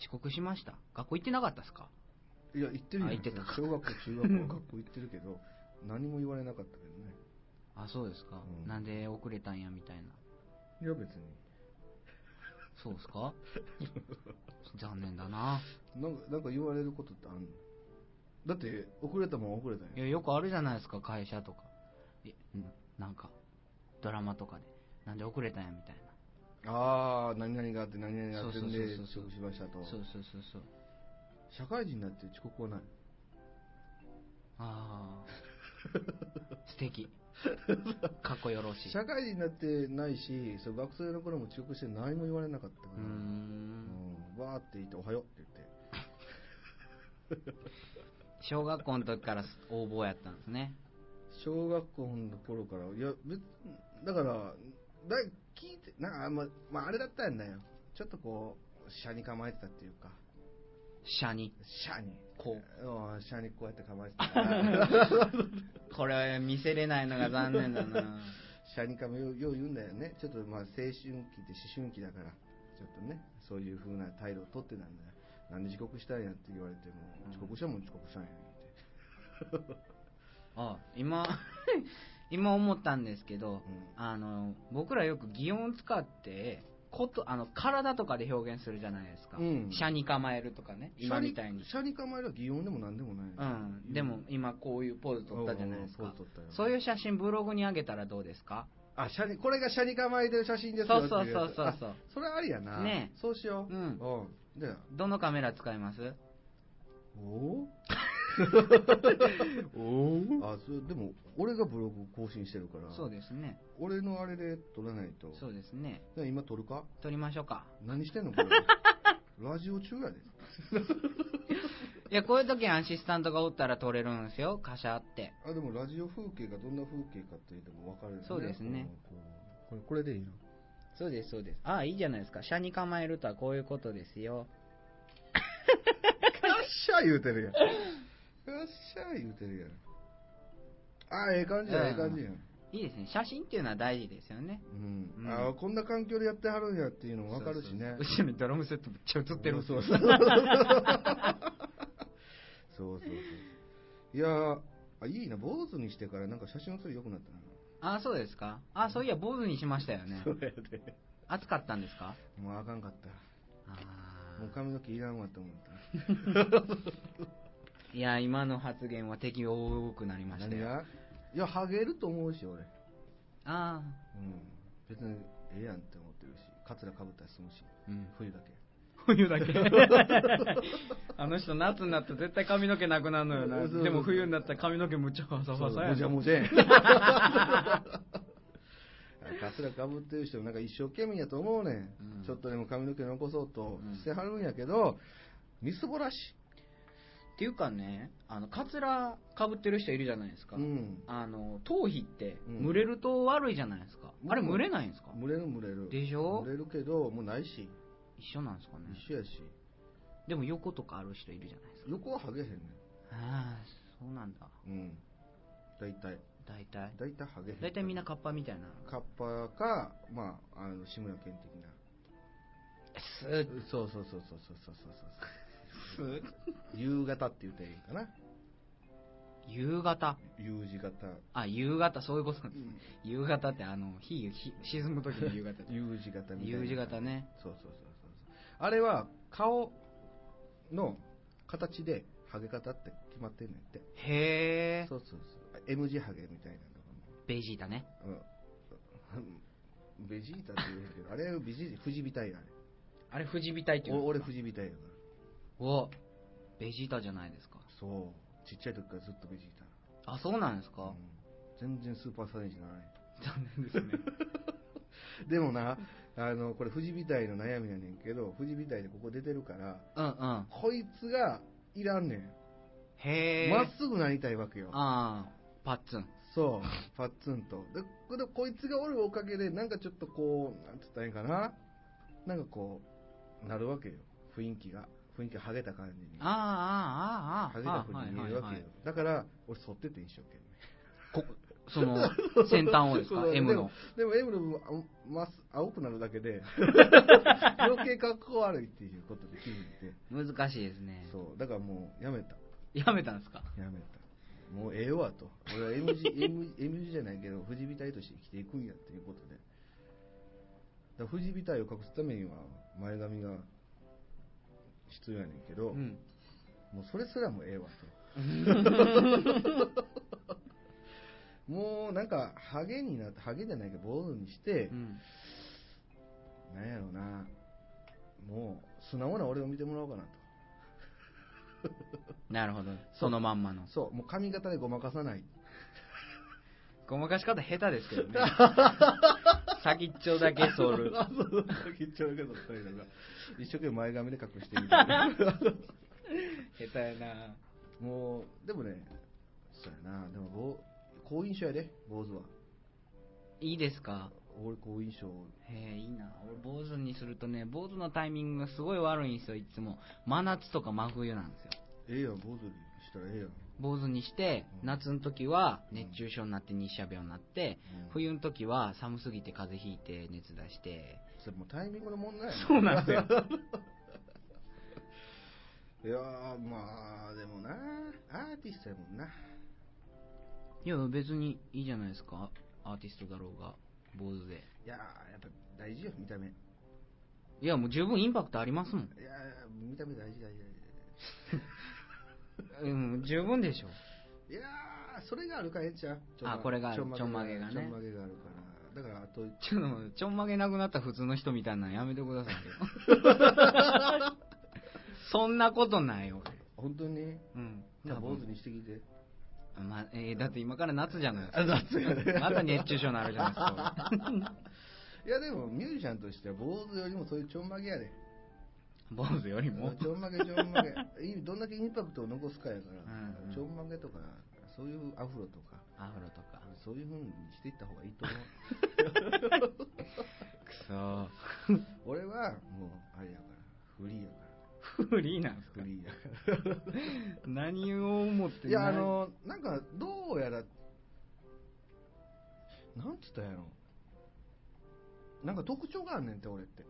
[SPEAKER 3] 遅刻しました学校行ってなかったっすか
[SPEAKER 2] いや言ってるよ
[SPEAKER 3] あ言ってた
[SPEAKER 2] 小学校中学校学校行ってるけど何も言われなかったけどね
[SPEAKER 3] あ、そうですか、
[SPEAKER 2] うん
[SPEAKER 3] なんで遅れたんやみたいな。
[SPEAKER 2] いや別に
[SPEAKER 3] そうですか 残念だな。
[SPEAKER 2] なんかなんか言われることってあんのだって遅れたもん遅れたん
[SPEAKER 3] い
[SPEAKER 2] や
[SPEAKER 3] や、よくあるじゃないですか、会社とか。えんなんか、ドラマとかで。なんで遅れたんやみたい
[SPEAKER 2] ああ何々があって何々があってんで
[SPEAKER 3] そう
[SPEAKER 2] 遅
[SPEAKER 3] そうそうそう
[SPEAKER 2] 刻しましたと
[SPEAKER 3] な。そうそうそうそう。
[SPEAKER 2] 社会人になって遅刻はない
[SPEAKER 3] あ あ。素敵。かっこよろしい。う
[SPEAKER 2] 社会人になってないしそう学生の頃も遅刻して何も言われなかったか
[SPEAKER 3] ー
[SPEAKER 2] ら、
[SPEAKER 3] ん。
[SPEAKER 2] うんわーって言って「おはよう」って言って
[SPEAKER 3] 小学校の時から応募やったんですね。
[SPEAKER 2] 小学校の頃からいや別だからだ聞いてなんかあんま、まあ、あれだったんだよちょっとこう車に構えてたっていうか
[SPEAKER 3] 社に。
[SPEAKER 2] 車に
[SPEAKER 3] こ
[SPEAKER 2] うん車にこうやって構えてたから
[SPEAKER 3] う。これ見せれないのが残念だな。
[SPEAKER 2] 車に構えようよう言うんだよねちょっとまあ青春期って思春期だからちょっとねそういう風な態度をとってたんだよなんで遅刻したんやって言われても
[SPEAKER 3] うん
[SPEAKER 2] 遅刻したもん遅刻したんやって
[SPEAKER 3] あ、今、 今思ったんですけど、
[SPEAKER 2] うん
[SPEAKER 3] あの、僕らよく擬音使って、こと、あの、体とかで表現するじゃないですか。
[SPEAKER 2] うん
[SPEAKER 3] 車に構えるとかね、今みたいに。
[SPEAKER 2] 車に構えるは擬音でも何でもない、
[SPEAKER 3] うん。でも、今こういうポーズ取ったじゃないです
[SPEAKER 2] うんポ
[SPEAKER 3] か
[SPEAKER 2] ーズ撮った。よ
[SPEAKER 3] そういう写真ブログに上げたらどうですか
[SPEAKER 2] あ、車に、これが車に構えてる写真ですよ
[SPEAKER 3] そうそうそう
[SPEAKER 2] ってい
[SPEAKER 3] そ
[SPEAKER 2] や
[SPEAKER 3] う
[SPEAKER 2] つ
[SPEAKER 3] そ
[SPEAKER 2] あ
[SPEAKER 3] う。
[SPEAKER 2] それありやな。
[SPEAKER 3] ね
[SPEAKER 2] そうしよう。
[SPEAKER 3] うん
[SPEAKER 2] うん。で、
[SPEAKER 3] どのカメラ使います
[SPEAKER 2] お
[SPEAKER 3] おお
[SPEAKER 2] おあ、それ、でも、俺がブログ更新してるから、
[SPEAKER 3] そうですね。
[SPEAKER 2] 俺のあれで撮らないと。
[SPEAKER 3] そうですね。
[SPEAKER 2] ね今撮るか
[SPEAKER 3] 撮りましょうか。
[SPEAKER 2] 何 してんのこれ。ラジオ中やで。
[SPEAKER 3] いや、こういう時アシスタントがおったら撮れるんですよ。カシャって。
[SPEAKER 2] あ、でもラジオ風景がどんな風景かっていうのも分かるよね
[SPEAKER 3] そうですね
[SPEAKER 2] うんこれ、これでいいの
[SPEAKER 3] そうです、そうです。ああ、いいじゃないですか。車に構えるとはこういうことですよ。
[SPEAKER 2] よっしゃ言うてるやん。よっしゃ言うてるやん。あ、ええ感じや、ええ感じやん。
[SPEAKER 3] いいですね。写真っていうのは大事ですよね。
[SPEAKER 2] うん
[SPEAKER 3] うん
[SPEAKER 2] あーこんな環境でやってはるんやっていうのも分かるしね
[SPEAKER 3] そうそうそう後ろにドラムセットめっちゃ映って る。
[SPEAKER 2] そうそうそうそうそうそういやーあいいな坊主にしてからなんか写真撮り良くなったな
[SPEAKER 3] ああ、そうですか。ああ、そういや、坊主にしましたよね。
[SPEAKER 2] うやで
[SPEAKER 3] 暑かったんですか
[SPEAKER 2] もうあかんかった
[SPEAKER 3] あ
[SPEAKER 2] もう
[SPEAKER 3] あ。
[SPEAKER 2] 髪の毛いらんわと思った
[SPEAKER 3] いや、今の発言は敵多くなりました
[SPEAKER 2] 何
[SPEAKER 3] よ。あ
[SPEAKER 2] がいやハゲると思うし俺うん
[SPEAKER 3] あ
[SPEAKER 2] 別にええやんって思ってるしカツラかぶったら済むし
[SPEAKER 3] ー。うん。
[SPEAKER 2] 冬だけ
[SPEAKER 3] 冬だけ。あの人、夏になったら絶対髪の毛なくなるのよ
[SPEAKER 2] そうそうそ
[SPEAKER 3] な。
[SPEAKER 2] う
[SPEAKER 3] でも冬になったら髪の毛むっちゃファサファサや
[SPEAKER 2] もじゃ
[SPEAKER 3] な。
[SPEAKER 2] もじ ゃやんカツラかぶってる人もなんか一生懸命やと思うねん、
[SPEAKER 3] うん
[SPEAKER 2] ちょっとでも髪の毛残そうと
[SPEAKER 3] うん
[SPEAKER 2] してはるんやけど、みすぼらしい
[SPEAKER 3] っていうかね、あの、カツラ被ってる人いるじゃないですか。
[SPEAKER 2] うん
[SPEAKER 3] あの、頭皮って、
[SPEAKER 2] うん
[SPEAKER 3] 蒸れると悪いじゃないですか。
[SPEAKER 2] うん
[SPEAKER 3] あれ、蒸れないんですか
[SPEAKER 2] 蒸れる蒸れる
[SPEAKER 3] でしょ
[SPEAKER 2] 蒸れるけどもうないし
[SPEAKER 3] 一緒なんですかね。
[SPEAKER 2] 一緒やし
[SPEAKER 3] でも横とかある人いるじゃないですか。
[SPEAKER 2] 横ははげへんね
[SPEAKER 3] ああ、そうなんだ。
[SPEAKER 2] んうん大体
[SPEAKER 3] 大体
[SPEAKER 2] 大体ハゲヘッド
[SPEAKER 3] 大体みんなカッパみたいな
[SPEAKER 2] カッパか、まあ、あの志村けん的な
[SPEAKER 3] スー
[SPEAKER 2] そうそうそうそうそうそうそう
[SPEAKER 3] スー
[SPEAKER 2] そう夕方って言ったらいいんかな
[SPEAKER 3] 夕方
[SPEAKER 2] 夕字型
[SPEAKER 3] あ夕方そういうことなんですね夕方ってあの日日沈む時の 夕方
[SPEAKER 2] U 字型みたいな
[SPEAKER 3] U 字型ね
[SPEAKER 2] そうそうそうそうそうあれは顔の形でハゲ方って決まってんねんって
[SPEAKER 3] へえ
[SPEAKER 2] そうそうそう M 字ハゲみたいなの
[SPEAKER 3] ベジータね
[SPEAKER 2] がうんベジータって言うんやけどあれはベジータ富士みたいな
[SPEAKER 3] あれ藤みたいっていう
[SPEAKER 2] お
[SPEAKER 3] の
[SPEAKER 2] 俺富士みたいやから
[SPEAKER 3] おベジータじゃないですか
[SPEAKER 2] そうちっちゃい時からずっとベジータ
[SPEAKER 3] あそうなんですか
[SPEAKER 2] うん、全然スーパーサイヤ人じゃない
[SPEAKER 3] 残念ですね
[SPEAKER 2] でもなあのこれ富士美大の悩みやねんけど富士美大でここ出てるから
[SPEAKER 3] うんうん
[SPEAKER 2] こいつがいらんねん
[SPEAKER 3] へえ
[SPEAKER 2] まっすぐなりたいわけよ
[SPEAKER 3] ああパッツン
[SPEAKER 2] そうパッツンとでこれこいつがおるおかげでなんかちょっとこうなんつったらいいんかななんかこうなるわけよ雰囲気が雰囲気がハゲた感じにハ
[SPEAKER 3] あーあーあーあ
[SPEAKER 2] ゲ
[SPEAKER 3] ーあ
[SPEAKER 2] た
[SPEAKER 3] ー
[SPEAKER 2] ふうに見えるわ
[SPEAKER 3] はいはい
[SPEAKER 2] け
[SPEAKER 3] は
[SPEAKER 2] よ
[SPEAKER 3] い
[SPEAKER 2] だから俺剃ってて一生懸命
[SPEAKER 3] こその先端をで す
[SPEAKER 2] そう
[SPEAKER 3] か
[SPEAKER 2] そう
[SPEAKER 3] M の
[SPEAKER 2] でも M の部分あます青くなるだけ で余計格好悪いっていうことで気づいて
[SPEAKER 3] 難しいですね
[SPEAKER 2] そうだからもうやめた
[SPEAKER 3] やめたんですか
[SPEAKER 2] やめたもうええわと俺は M 字 M, M 字じゃないけど富士美体として生きていくんやっていうことでだから富士美体を隠すためには前髪が必要やねんけど、
[SPEAKER 3] うん
[SPEAKER 2] もうそれすらもええ わともうなんかハゲになってハゲじゃないけど坊主にして、
[SPEAKER 3] うん
[SPEAKER 2] なんやろうなもう素直な俺を見てもらおうかなと
[SPEAKER 3] なるほどそのまんまの
[SPEAKER 2] そうもう髪型でごまかさない
[SPEAKER 3] ごまかし方下手ですけ どね先っちょだけ剃る
[SPEAKER 2] あそう緊張だけど二人が一生懸命前髪で隠してみたいな
[SPEAKER 3] 下手やな
[SPEAKER 2] もうでもねそうやなでもぼう好印象やで坊主はい
[SPEAKER 3] いですか
[SPEAKER 2] 俺好印象
[SPEAKER 3] へえいいな俺坊主にするとね坊主のタイミングがすごい悪いんですよいつも真夏とか真冬なんですよ
[SPEAKER 2] ええやん坊主にしたらええやん
[SPEAKER 3] 坊主にして
[SPEAKER 2] うん
[SPEAKER 3] 夏の時は熱中症になって日射病になって
[SPEAKER 2] うん
[SPEAKER 3] 冬の時は寒すぎて風邪ひいて熱出して
[SPEAKER 2] それもうタイミングの問題や
[SPEAKER 3] そうなんですよ
[SPEAKER 2] いやーまあでもなアーティストやもんない
[SPEAKER 3] や別にいいじゃないですかアーティストだろうが坊主で
[SPEAKER 2] いやーやっぱ大事よ見た目い
[SPEAKER 3] いやもう十分インパクトありますもん
[SPEAKER 2] やー見た目大事大事大事
[SPEAKER 3] うん十分でしょ
[SPEAKER 2] いやーそれがあるからええんちゃうちょんま
[SPEAKER 3] あこれがある
[SPEAKER 2] ちょんまげ
[SPEAKER 3] ち
[SPEAKER 2] ちょ
[SPEAKER 3] ょん
[SPEAKER 2] ん
[SPEAKER 3] ま
[SPEAKER 2] まげがあるからだからあと
[SPEAKER 3] ちょっと待ってちょんまげなくなった普通の人みたいなのやめてくださいよ そんなことないよ
[SPEAKER 2] 本当に
[SPEAKER 3] 俺うん
[SPEAKER 2] まあ坊主にしてきて
[SPEAKER 3] まあえーだって今から夏じゃないですか
[SPEAKER 2] 夏がね
[SPEAKER 3] また熱中症になるじゃないですか
[SPEAKER 2] いやでもミュージシャンとしては坊主よりもそういうちょんまげやで
[SPEAKER 3] 俺坊主よりも
[SPEAKER 2] ちょんまげちょん まげいいどんだけインパクトを残すかやから、
[SPEAKER 3] うんうん
[SPEAKER 2] ちょんまげとかそういうアフロとか
[SPEAKER 3] アフロとか
[SPEAKER 2] そういう風にしていった方がいいと 思う
[SPEAKER 3] くそ
[SPEAKER 2] 俺はもうあれやからフリーやか
[SPEAKER 3] フリーなんです
[SPEAKER 2] らフリーやから
[SPEAKER 3] 何を思って
[SPEAKER 2] いや、あの、なんか、どうやら、なんつったんやろ。なんか特徴があんねんって、俺って。い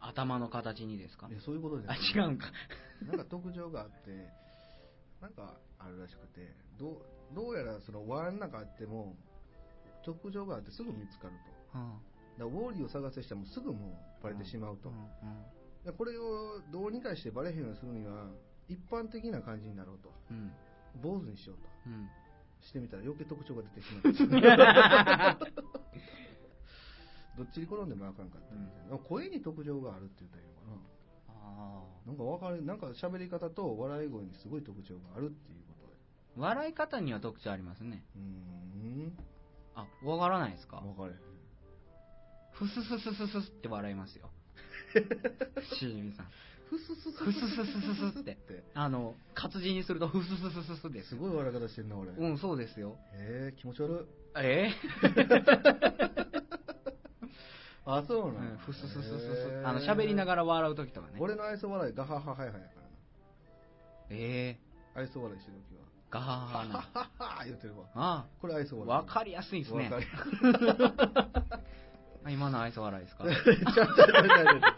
[SPEAKER 3] 頭の形にですか
[SPEAKER 2] や、そういうことじゃ
[SPEAKER 3] あ
[SPEAKER 2] な
[SPEAKER 3] 違うんか
[SPEAKER 2] い。なんか特徴があって、なんかあるらしくて、どう、どうやらその輪の中あっても、特徴があってすぐ見つかると。
[SPEAKER 3] うん
[SPEAKER 2] だからウォーリーを探せしたらもうすぐもうバレてしまうと。
[SPEAKER 3] ん
[SPEAKER 2] でこれをどうにかしてバレへんようにするには、一般的な感じになろうと。
[SPEAKER 3] うん
[SPEAKER 2] 坊主にしようと。
[SPEAKER 3] うんうん
[SPEAKER 2] してみたら余計特徴が出て しまうどっちに転んでもあかんかったみたいな、声に特徴があるって言ったらいいのか
[SPEAKER 3] あ
[SPEAKER 2] な
[SPEAKER 3] あ
[SPEAKER 2] なんかわかるなんか喋り方と笑い声にすごい特徴があるっていうことで
[SPEAKER 3] 笑い方には特徴ありますね
[SPEAKER 2] うーん
[SPEAKER 3] あわからないですか
[SPEAKER 2] 分かれへん
[SPEAKER 3] ふすすすすすすって笑い ますよしじみさん
[SPEAKER 2] ふすす
[SPEAKER 3] ふすすすすすって
[SPEAKER 2] って
[SPEAKER 3] あの活字にするとふすすすすすです
[SPEAKER 2] すごい笑い方してんな俺、
[SPEAKER 3] う
[SPEAKER 2] へ
[SPEAKER 3] んそうですよ
[SPEAKER 2] え気持ち悪い
[SPEAKER 3] え
[SPEAKER 2] あそう
[SPEAKER 3] え
[SPEAKER 2] な
[SPEAKER 3] うん
[SPEAKER 2] ん
[SPEAKER 3] ふすすすすすあの喋りなが
[SPEAKER 2] ら
[SPEAKER 3] ら笑う時とかね
[SPEAKER 2] 俺の愛想笑いガハハハイハイやからな
[SPEAKER 3] ええ
[SPEAKER 2] 愛想笑いしてる時は
[SPEAKER 3] ガハハハ な。
[SPEAKER 2] ははは言ってるわ。
[SPEAKER 3] あ
[SPEAKER 2] これ愛想
[SPEAKER 3] あ、
[SPEAKER 2] 笑い。
[SPEAKER 3] わかりやすいですね
[SPEAKER 2] わ。かり
[SPEAKER 3] あ今の愛想笑いですか
[SPEAKER 2] ちゃうちゃうちゃうちゃうちゃう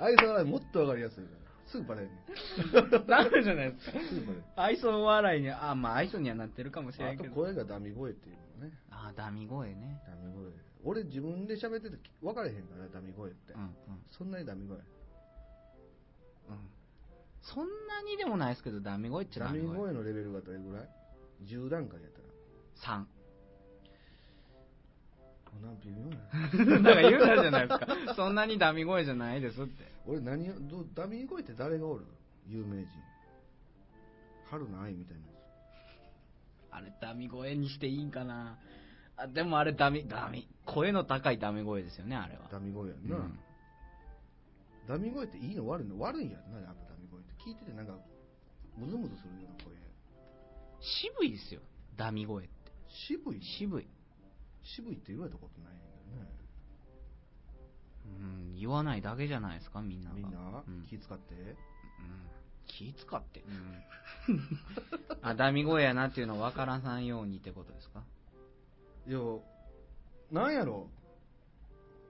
[SPEAKER 2] 愛想笑いもっとわかりやすいから。すぐバレるね。
[SPEAKER 3] ダメじゃないですか。
[SPEAKER 2] すぐバレる。
[SPEAKER 3] 愛想笑いに、あまあ愛想にはなってるかもしれ
[SPEAKER 2] あ
[SPEAKER 3] ん
[SPEAKER 2] と
[SPEAKER 3] けど。
[SPEAKER 2] 声がダミ声っていうのね。
[SPEAKER 3] ああ、ダミ声ね。
[SPEAKER 2] ダミ声。俺自分で喋ってて分かれへんから、ダミ声って
[SPEAKER 3] うん。うん。
[SPEAKER 2] そんなにダミ声。
[SPEAKER 3] うん。そんなにでもないですけど、ダミ声っちゃ
[SPEAKER 2] ダ
[SPEAKER 3] ダ
[SPEAKER 2] ミ
[SPEAKER 3] ミ声。
[SPEAKER 2] 声のレベルがどれぐらい ?10 段階やったら。
[SPEAKER 3] 3。
[SPEAKER 2] こんなん微妙やな。
[SPEAKER 3] なんか言うなじゃないですか。そんなにダミ声じゃないですって。
[SPEAKER 2] 俺何をどうダミー声って誰がおる有名人春の愛みたいなや
[SPEAKER 3] あれ、ダミ声にしていいんかな。あでもあれ、ダミ、ダミ。声の高いダミ声ですよね、あれは
[SPEAKER 2] つ。ダミー声やんな、
[SPEAKER 3] うん
[SPEAKER 2] ダミー声っていいの悪いの悪いんやんなやっぱダミー声って聞いててなんかムズムズするような声
[SPEAKER 3] 渋いですよ、ダミ声って。
[SPEAKER 2] 渋い
[SPEAKER 3] 渋い。
[SPEAKER 2] 渋いって言われたことないんだよね
[SPEAKER 3] うん、言わないだけじゃないですか、みんなが。
[SPEAKER 2] みんな、
[SPEAKER 3] うん、
[SPEAKER 2] 気使って
[SPEAKER 3] うん気使って。うん。あ、ダミ声やなっていうのを分からさんようにってことですか
[SPEAKER 2] いやなんやろ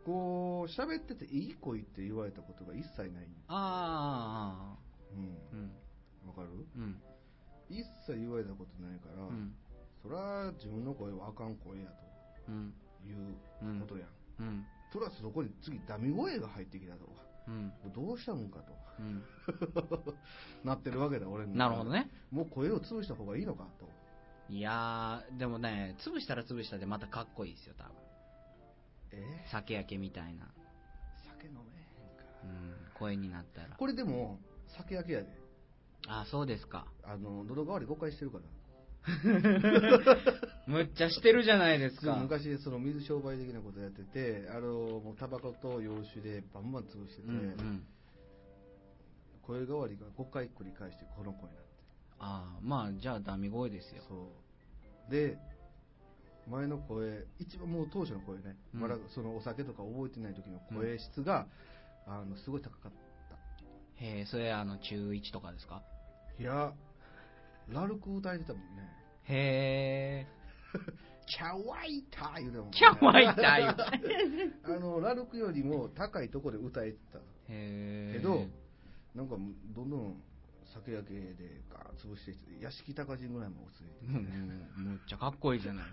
[SPEAKER 2] こう喋ってていい声って言われたことが一切ない
[SPEAKER 3] あ
[SPEAKER 2] うん
[SPEAKER 3] あ、うん、
[SPEAKER 2] わかる
[SPEAKER 3] うん、
[SPEAKER 2] 一切言われたことないから、
[SPEAKER 3] うん、
[SPEAKER 2] そら自分の声はあかん声やと
[SPEAKER 3] うん、
[SPEAKER 2] いうことやん、
[SPEAKER 3] うん、
[SPEAKER 2] プラスそこに次ダミ声が入ってきたと
[SPEAKER 3] うん、
[SPEAKER 2] どうしたもんかと
[SPEAKER 3] うん。
[SPEAKER 2] なってるわけだ俺の
[SPEAKER 3] なるほどね。
[SPEAKER 2] もう声を潰した方がいいのかと
[SPEAKER 3] いやー、でもね、潰したら潰したでまたかっこいいですよ、多分。
[SPEAKER 2] え
[SPEAKER 3] 酒焼けみたいな、
[SPEAKER 2] 酒飲めへんか
[SPEAKER 3] うん、声になったら。
[SPEAKER 2] これでも酒焼けやで
[SPEAKER 3] あ、そうですか。
[SPEAKER 2] あの喉代わり誤解してるから
[SPEAKER 3] むっちゃしてるじゃないです
[SPEAKER 2] 僕
[SPEAKER 3] か。
[SPEAKER 2] 昔その水商売的なことやっててあのもうタバコと洋酒でバンバン潰してて、
[SPEAKER 3] うん、うん。
[SPEAKER 2] 声代わりが5回繰り返してこの声になって
[SPEAKER 3] ああ、まあ、じゃあダミ声ですよ。
[SPEAKER 2] そうで前の声一番もう当初の声ね、
[SPEAKER 3] うん
[SPEAKER 2] まだそのお酒とか覚えてない時の声質が、あのすごい高かっ
[SPEAKER 3] へえ、それあの、中1とかですか
[SPEAKER 2] たいやラルク歌えてたもんね
[SPEAKER 3] へえ。
[SPEAKER 2] 「キャワイタ」言うてたもん、ね、
[SPEAKER 3] キャワイタ言うて
[SPEAKER 2] あのラルクよりも高いとこで歌えてた
[SPEAKER 3] へえ。
[SPEAKER 2] けどなんかどんどん酒焼けでガーッ潰していって屋敷高人ぐらいまで落ち着いて
[SPEAKER 3] うん、うんむっちゃかっこいいじゃない。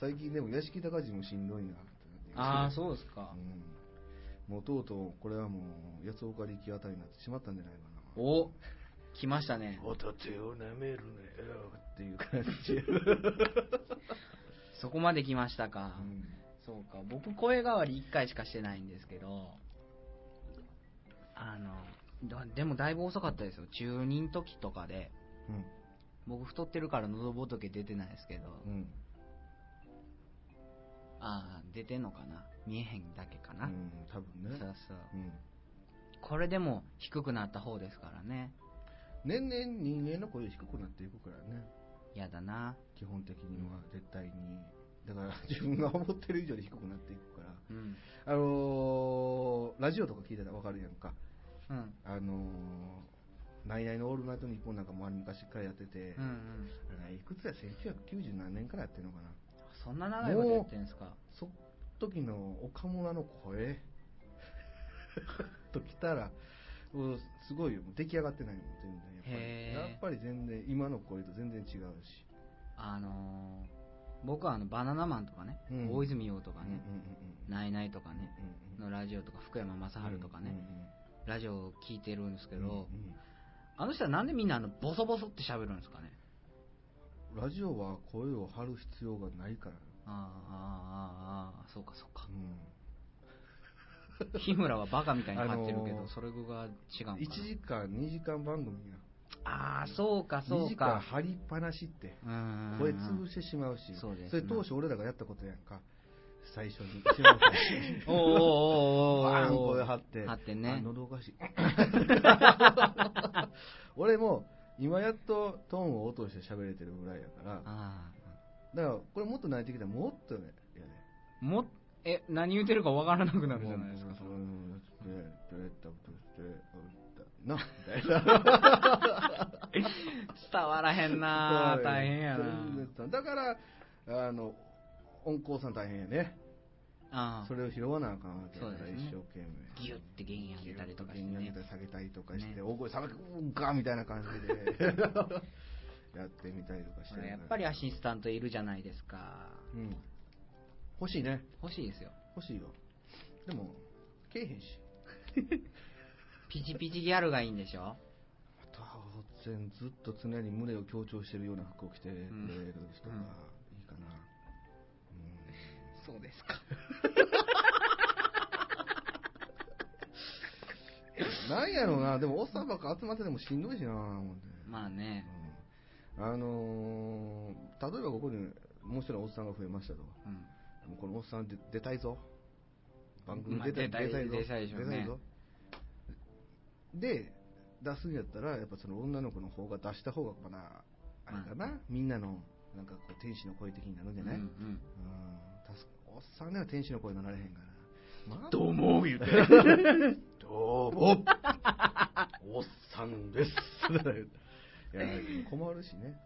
[SPEAKER 2] 最近でも屋敷高人もしんどいなってなって
[SPEAKER 3] ああ、そうですか。
[SPEAKER 2] うん、もうとうとうこれはもう八岡力あたりになってしまったんじゃないかな
[SPEAKER 3] お来ましたね。
[SPEAKER 2] おたてを舐めるなよっていう感じ、
[SPEAKER 3] そこまで来ましたか。
[SPEAKER 2] うん
[SPEAKER 3] そうか。僕、声変わり1回しかしてないんですけど、あの、だでもだいぶ遅かったですよ。中2の時とかで、
[SPEAKER 2] うん
[SPEAKER 3] 僕太ってるから喉仏出てないですけど、
[SPEAKER 2] うん
[SPEAKER 3] ああ、出てんのかな見えへんだけか
[SPEAKER 2] う
[SPEAKER 3] な。
[SPEAKER 2] ん多分
[SPEAKER 3] そ
[SPEAKER 2] ね、
[SPEAKER 3] うそう。
[SPEAKER 2] うん、
[SPEAKER 3] これでも低くなった方ですからね。
[SPEAKER 2] 年々人間の声低くなっていくからね
[SPEAKER 3] やだな。
[SPEAKER 2] 基本的には絶対にだから 自分が思ってる以上に低くなっていくから
[SPEAKER 3] うん。
[SPEAKER 2] あのーラジオとか聞いてたらわかるやんか
[SPEAKER 3] うん。
[SPEAKER 2] あのーナイナイのオールナイトニッポンなんかもあれ昔からやってて、
[SPEAKER 3] うんうん。
[SPEAKER 2] あれいくつや1990何年からやってるのかな
[SPEAKER 3] そんな長いことやってんですか。
[SPEAKER 2] その時の岡村の声 ときたら、もうすごいよ、もう出来上がってないもん、全然
[SPEAKER 3] へ
[SPEAKER 2] やっぱ
[SPEAKER 3] ー
[SPEAKER 2] り。やっぱり全然、今の声と全然違うし。
[SPEAKER 3] あのー、僕はあの、バナナマンとかね、
[SPEAKER 2] うん
[SPEAKER 3] 大泉洋とか
[SPEAKER 2] うんうん
[SPEAKER 3] ね、ナイナイとか
[SPEAKER 2] うんうん
[SPEAKER 3] ね、
[SPEAKER 2] うんうん
[SPEAKER 3] のラジオとか、福山雅治とかね、ラジオを聞いてるんですけ
[SPEAKER 2] うんうん
[SPEAKER 3] ど、
[SPEAKER 2] うん
[SPEAKER 3] あの人はなんでみんなあの、ボソボソって喋るんですかね。
[SPEAKER 2] うんラジオは声を張る必要がないから。
[SPEAKER 3] あーあー、あーあー、そうかそうか
[SPEAKER 2] う。ん
[SPEAKER 3] 日村はバカみたいに張ってるけど、
[SPEAKER 2] あのー
[SPEAKER 3] それが違うんかな。
[SPEAKER 2] 1時間、2時間番組や。
[SPEAKER 3] ああ、そうかそ
[SPEAKER 2] 2
[SPEAKER 3] う
[SPEAKER 2] 時間
[SPEAKER 3] か。
[SPEAKER 2] 張りっぱなしって。
[SPEAKER 3] うんうんうん
[SPEAKER 2] 声潰してしまうし、
[SPEAKER 3] そうですね
[SPEAKER 2] れ当初俺らがやったことやんか。最初に。一番最初に
[SPEAKER 3] おーおーおーおー
[SPEAKER 2] バーン声張って。
[SPEAKER 3] 張ってね
[SPEAKER 2] あ喉おかしい。 俺も、今やっとトーンを落として喋れてるぐらいやから、だか
[SPEAKER 3] あ
[SPEAKER 2] らこれもっと慣れてきたらもっとね、やね。
[SPEAKER 3] ーもえ何言ってるかわからなくなるじゃないですか
[SPEAKER 2] そうそうそうそうそうそうそうそうそうな、みたいな。
[SPEAKER 3] 伝わらへんな
[SPEAKER 2] そう
[SPEAKER 3] 大変やな
[SPEAKER 2] そうだから、あの、音工さん大変やね。
[SPEAKER 3] ああ
[SPEAKER 2] それを拾わなあかんわけだから、
[SPEAKER 3] そうですね
[SPEAKER 2] 一生懸命。
[SPEAKER 3] ギュッて弦上げたりとかして
[SPEAKER 2] 弦上げ
[SPEAKER 3] ね
[SPEAKER 2] たり下げたりとかして、
[SPEAKER 3] ね
[SPEAKER 2] 大声下げて、うんかみたいな感じで、やってみたりとかして
[SPEAKER 3] こ
[SPEAKER 2] るか
[SPEAKER 3] れ
[SPEAKER 2] ら。
[SPEAKER 3] やっぱりアシスタントいるじゃないですか
[SPEAKER 2] うん。欲しいね。
[SPEAKER 3] 欲しいですよ
[SPEAKER 2] 欲しいよ。でも、けえへんし。
[SPEAKER 3] ピチピチギャルがいいんでしょ
[SPEAKER 2] 当然ずっと常に胸を強調してるような服を着てくれる人が
[SPEAKER 3] うん
[SPEAKER 2] いいかな。
[SPEAKER 3] そうですか
[SPEAKER 2] うんなんやろうな、でもおっさんばっか集まっててもしんどいしなぁ、思って。
[SPEAKER 3] まあね
[SPEAKER 2] うんあのー例えばここにもう一人のおっさんが増えましたと。
[SPEAKER 3] うん
[SPEAKER 2] もうこのおっさんで出たいぞ。番組
[SPEAKER 3] まあ
[SPEAKER 2] 出た,、
[SPEAKER 3] 出たい
[SPEAKER 2] ぞ。
[SPEAKER 3] 出たいでしょうね
[SPEAKER 2] ぞ。で、出すんやったら、やっぱその女の子の方が出した方が、まだ、あれかな、みんなの、なんかこう、天使の声的になるんじゃない、
[SPEAKER 3] う
[SPEAKER 2] うんん、
[SPEAKER 3] うん
[SPEAKER 2] 確かおっさんでは天使の声になられへんから。まあ、
[SPEAKER 3] どうも言うて
[SPEAKER 2] どうもおっさん ですいや、困るしね。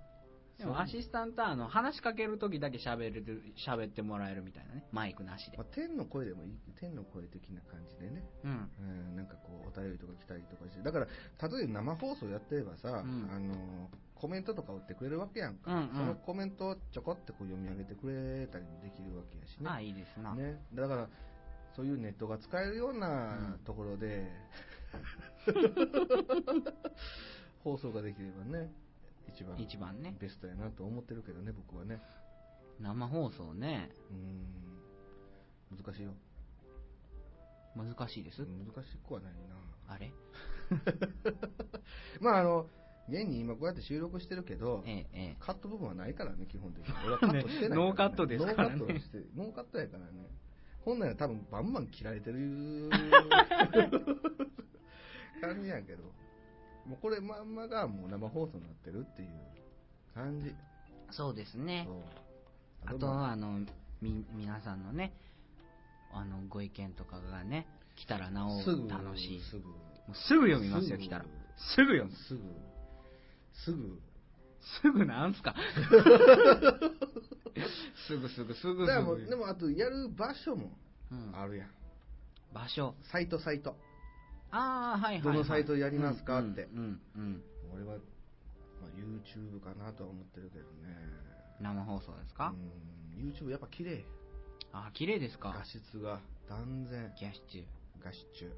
[SPEAKER 3] でもアシスタントはあの話しかける時だけ喋れる喋ってもらえるみたいなねマイクなしで
[SPEAKER 2] まあ、天の声でもいい、天の声的な感じでね。
[SPEAKER 3] うん
[SPEAKER 2] うんなんかこうお便りとか来たりとかしてだから例えば生放送やってればさ、
[SPEAKER 3] ん
[SPEAKER 2] あのコメントとか打ってくれるわけやんか、
[SPEAKER 3] うんうん
[SPEAKER 2] そのコメントをちょこってこう読み上げてくれたりもできるわけやしね
[SPEAKER 3] ああいいですな、
[SPEAKER 2] ねだからそういうネットが使えるような
[SPEAKER 3] うん
[SPEAKER 2] ところで、 放送ができればね一番
[SPEAKER 3] 一番ね
[SPEAKER 2] ベストやなと思ってるけどね僕はね
[SPEAKER 3] 生放送ね
[SPEAKER 2] うん難しいよ
[SPEAKER 3] 難しいです、
[SPEAKER 2] 難しくはないな
[SPEAKER 3] あれ
[SPEAKER 2] まああの、現に今こうやって収録してるけど、
[SPEAKER 3] ええええ
[SPEAKER 2] カット部分はないからね、基本 的に。俺はカットしてないから、
[SPEAKER 3] ノーカットですからね
[SPEAKER 2] ノーカットして、ノーカットやからね。本来は多分バンバン切られて る感じやけど、もうこれまんまがもう生放送になってるっていう感じ。
[SPEAKER 3] そうですね
[SPEAKER 2] そう
[SPEAKER 3] あと
[SPEAKER 2] ま
[SPEAKER 3] はあのみ皆さんのねあのご意見とかがね来たらなお
[SPEAKER 2] すぐ、
[SPEAKER 3] 楽しい
[SPEAKER 2] すぐ、
[SPEAKER 3] もうすぐ読みますよ
[SPEAKER 2] すぐ
[SPEAKER 3] 来たらすぐ読む
[SPEAKER 2] すぐ、すぐ、
[SPEAKER 3] すぐなんすかすぐすぐすぐすぐ
[SPEAKER 2] だからもうでもあとやる場所も
[SPEAKER 3] うん、
[SPEAKER 2] あるやん。
[SPEAKER 3] 場所
[SPEAKER 2] サイト、サイト。
[SPEAKER 3] ああはいはい、はい、
[SPEAKER 2] どのサイトやりますか
[SPEAKER 3] うん
[SPEAKER 2] って
[SPEAKER 3] うんうん、うん
[SPEAKER 2] 俺は、まあ、YouTube かなとは思ってるけどね
[SPEAKER 3] 生放送ですか、
[SPEAKER 2] うん YouTube やっぱ綺麗
[SPEAKER 3] ああ綺麗です
[SPEAKER 2] 画
[SPEAKER 3] か
[SPEAKER 2] 質が断然
[SPEAKER 3] キャッシュ
[SPEAKER 2] 画質中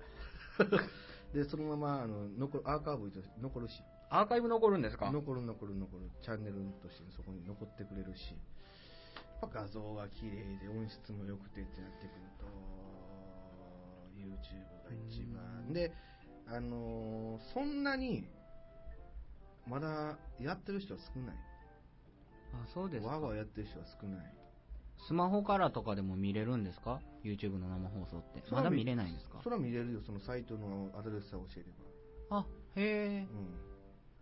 [SPEAKER 2] でそのままあの残るアーカイブとして残るし
[SPEAKER 3] アーカイブ残るんですか
[SPEAKER 2] 残る残る残るチャンネルとしてそこに残ってくれるしやっぱ画像が綺麗で音質も良くてってなってくると YouTube が一
[SPEAKER 3] うん
[SPEAKER 2] 番であのーそんなにまだやってる人は少ない
[SPEAKER 3] あそうです
[SPEAKER 2] わー
[SPEAKER 3] か
[SPEAKER 2] わーやってる人は少ない
[SPEAKER 3] スマホからとかでも見れるんですか YouTube の生放送って
[SPEAKER 2] それ
[SPEAKER 3] ま
[SPEAKER 2] は
[SPEAKER 3] だ見れないんですか
[SPEAKER 2] それは見れるよそのサイトのアドレスさえ教えれ
[SPEAKER 3] あへえ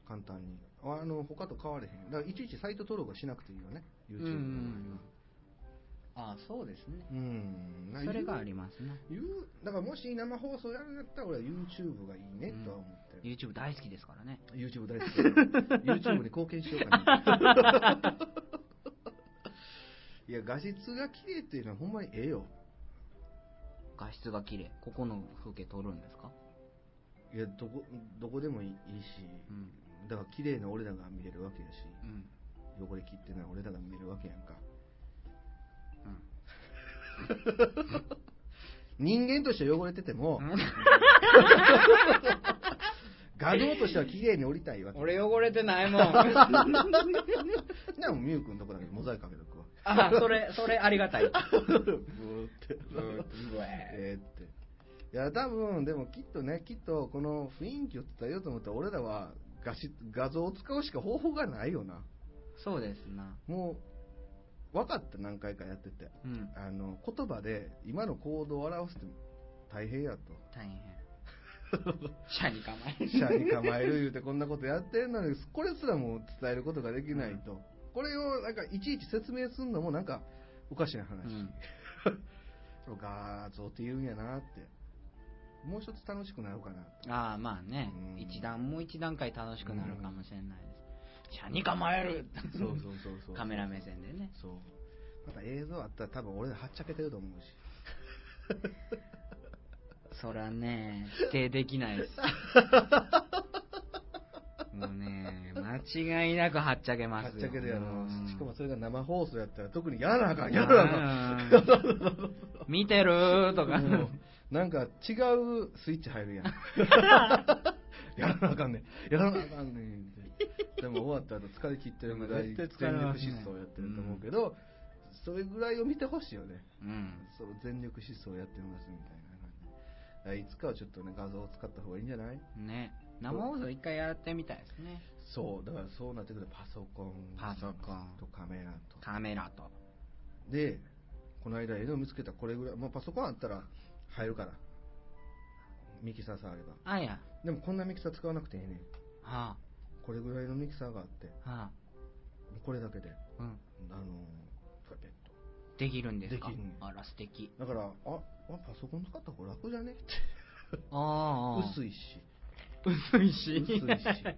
[SPEAKER 2] ばうん簡単にあの他と変われへんだからいちいちサイト登録はしなくていいよね YouTube の
[SPEAKER 3] あそうですね
[SPEAKER 2] 場合はうんな
[SPEAKER 3] それがあ
[SPEAKER 2] ゆ
[SPEAKER 3] りますね
[SPEAKER 2] ゆだからもし生放送やるんだったら俺は YouTube がいいねとは思ってる、
[SPEAKER 3] YouTube 大好きですからね
[SPEAKER 2] YouTube 大好きだから YouTube に貢献しようかないや画質が綺麗っていうのはほんまにええよ
[SPEAKER 3] 画質が綺麗ここの風景撮るんですか
[SPEAKER 2] いやどこどこでもいいいいし、
[SPEAKER 3] うん
[SPEAKER 2] だから綺麗な俺らが見れるわけやし、
[SPEAKER 3] うん
[SPEAKER 2] 汚れ切ってない俺らが見れるわけやんか人間として汚れてても
[SPEAKER 3] うん、
[SPEAKER 2] 画像としては綺麗に降りたい わけ
[SPEAKER 3] 俺汚れてないもん
[SPEAKER 2] なもミュウ君のとこだけモザイクかけとくわ
[SPEAKER 3] あそれそれありがたい
[SPEAKER 2] ブーって えーっていや多分でもきっとねきっとこの雰囲気を伝えようと思ったら俺らは画質画像を使うしか方法がないよな
[SPEAKER 3] そうですな
[SPEAKER 2] もう分かった何回かやってて
[SPEAKER 3] うん
[SPEAKER 2] あの言葉で今の行動を表すって大変やと
[SPEAKER 3] 大変シャに構える
[SPEAKER 2] 記者に構える言うてこんなことやってるのにこれすらも伝えることができないと、これをなんかいちいち説明するのもなんかおかしな話、
[SPEAKER 3] うん
[SPEAKER 2] 画像って言うんやなってもう一つ楽しくなるかなと
[SPEAKER 3] ああ、まあね
[SPEAKER 2] う。ん
[SPEAKER 3] 一段、もう一段階楽しくなるかもしれないです。車に構える
[SPEAKER 2] そうそうそうそう
[SPEAKER 3] カメラ目線でね。
[SPEAKER 2] そうまた映像あったら多分俺らはっちゃけてると思うし
[SPEAKER 3] そらね、否定で きないです。もうね、間違いなくはっちゃけま
[SPEAKER 2] は
[SPEAKER 3] すよ。
[SPEAKER 2] っちゃけるやろ
[SPEAKER 3] うん
[SPEAKER 2] しかもそれが生放送やったら特にやらなあかんやらなあかん
[SPEAKER 3] うん見てるーとか。
[SPEAKER 2] もうなんか違うスイッチ入る やんやらなあかんねんやらなあかんねんってでも終わった後疲れ切ってるぐらい
[SPEAKER 3] でも
[SPEAKER 2] 全
[SPEAKER 3] 絶対疲れま
[SPEAKER 2] 力
[SPEAKER 3] すね
[SPEAKER 2] 疾走やってると思うけど、それぐらいを見てほしいよね
[SPEAKER 3] うん。
[SPEAKER 2] その全力疾走やってますみたいな感じだからいつかはちょっとね画像を使った方がいいんじゃない
[SPEAKER 3] ね。生放送一回やってみたいですね。
[SPEAKER 2] そうだからそうなってくるとパソコン
[SPEAKER 3] パソコン
[SPEAKER 2] とカメラと
[SPEAKER 3] カメラと。
[SPEAKER 2] でこの間映像見つけたこれぐらい、まあ、パソコンあったら入るからミキサーさえあれば
[SPEAKER 3] あや。
[SPEAKER 2] でもこんなミキサー使わなくていいねん
[SPEAKER 3] は
[SPEAKER 2] これぐらいのミキサーがあって
[SPEAKER 3] あ。はあ。
[SPEAKER 2] これだけで
[SPEAKER 3] うん。
[SPEAKER 2] あのーペッと
[SPEAKER 3] できるんですか
[SPEAKER 2] できんねん
[SPEAKER 3] あら、素 敵。
[SPEAKER 2] だからああパソコン使った方が楽じゃねって
[SPEAKER 3] ああ。
[SPEAKER 2] 薄
[SPEAKER 3] い。
[SPEAKER 2] いし
[SPEAKER 3] 薄いし。
[SPEAKER 2] 薄いし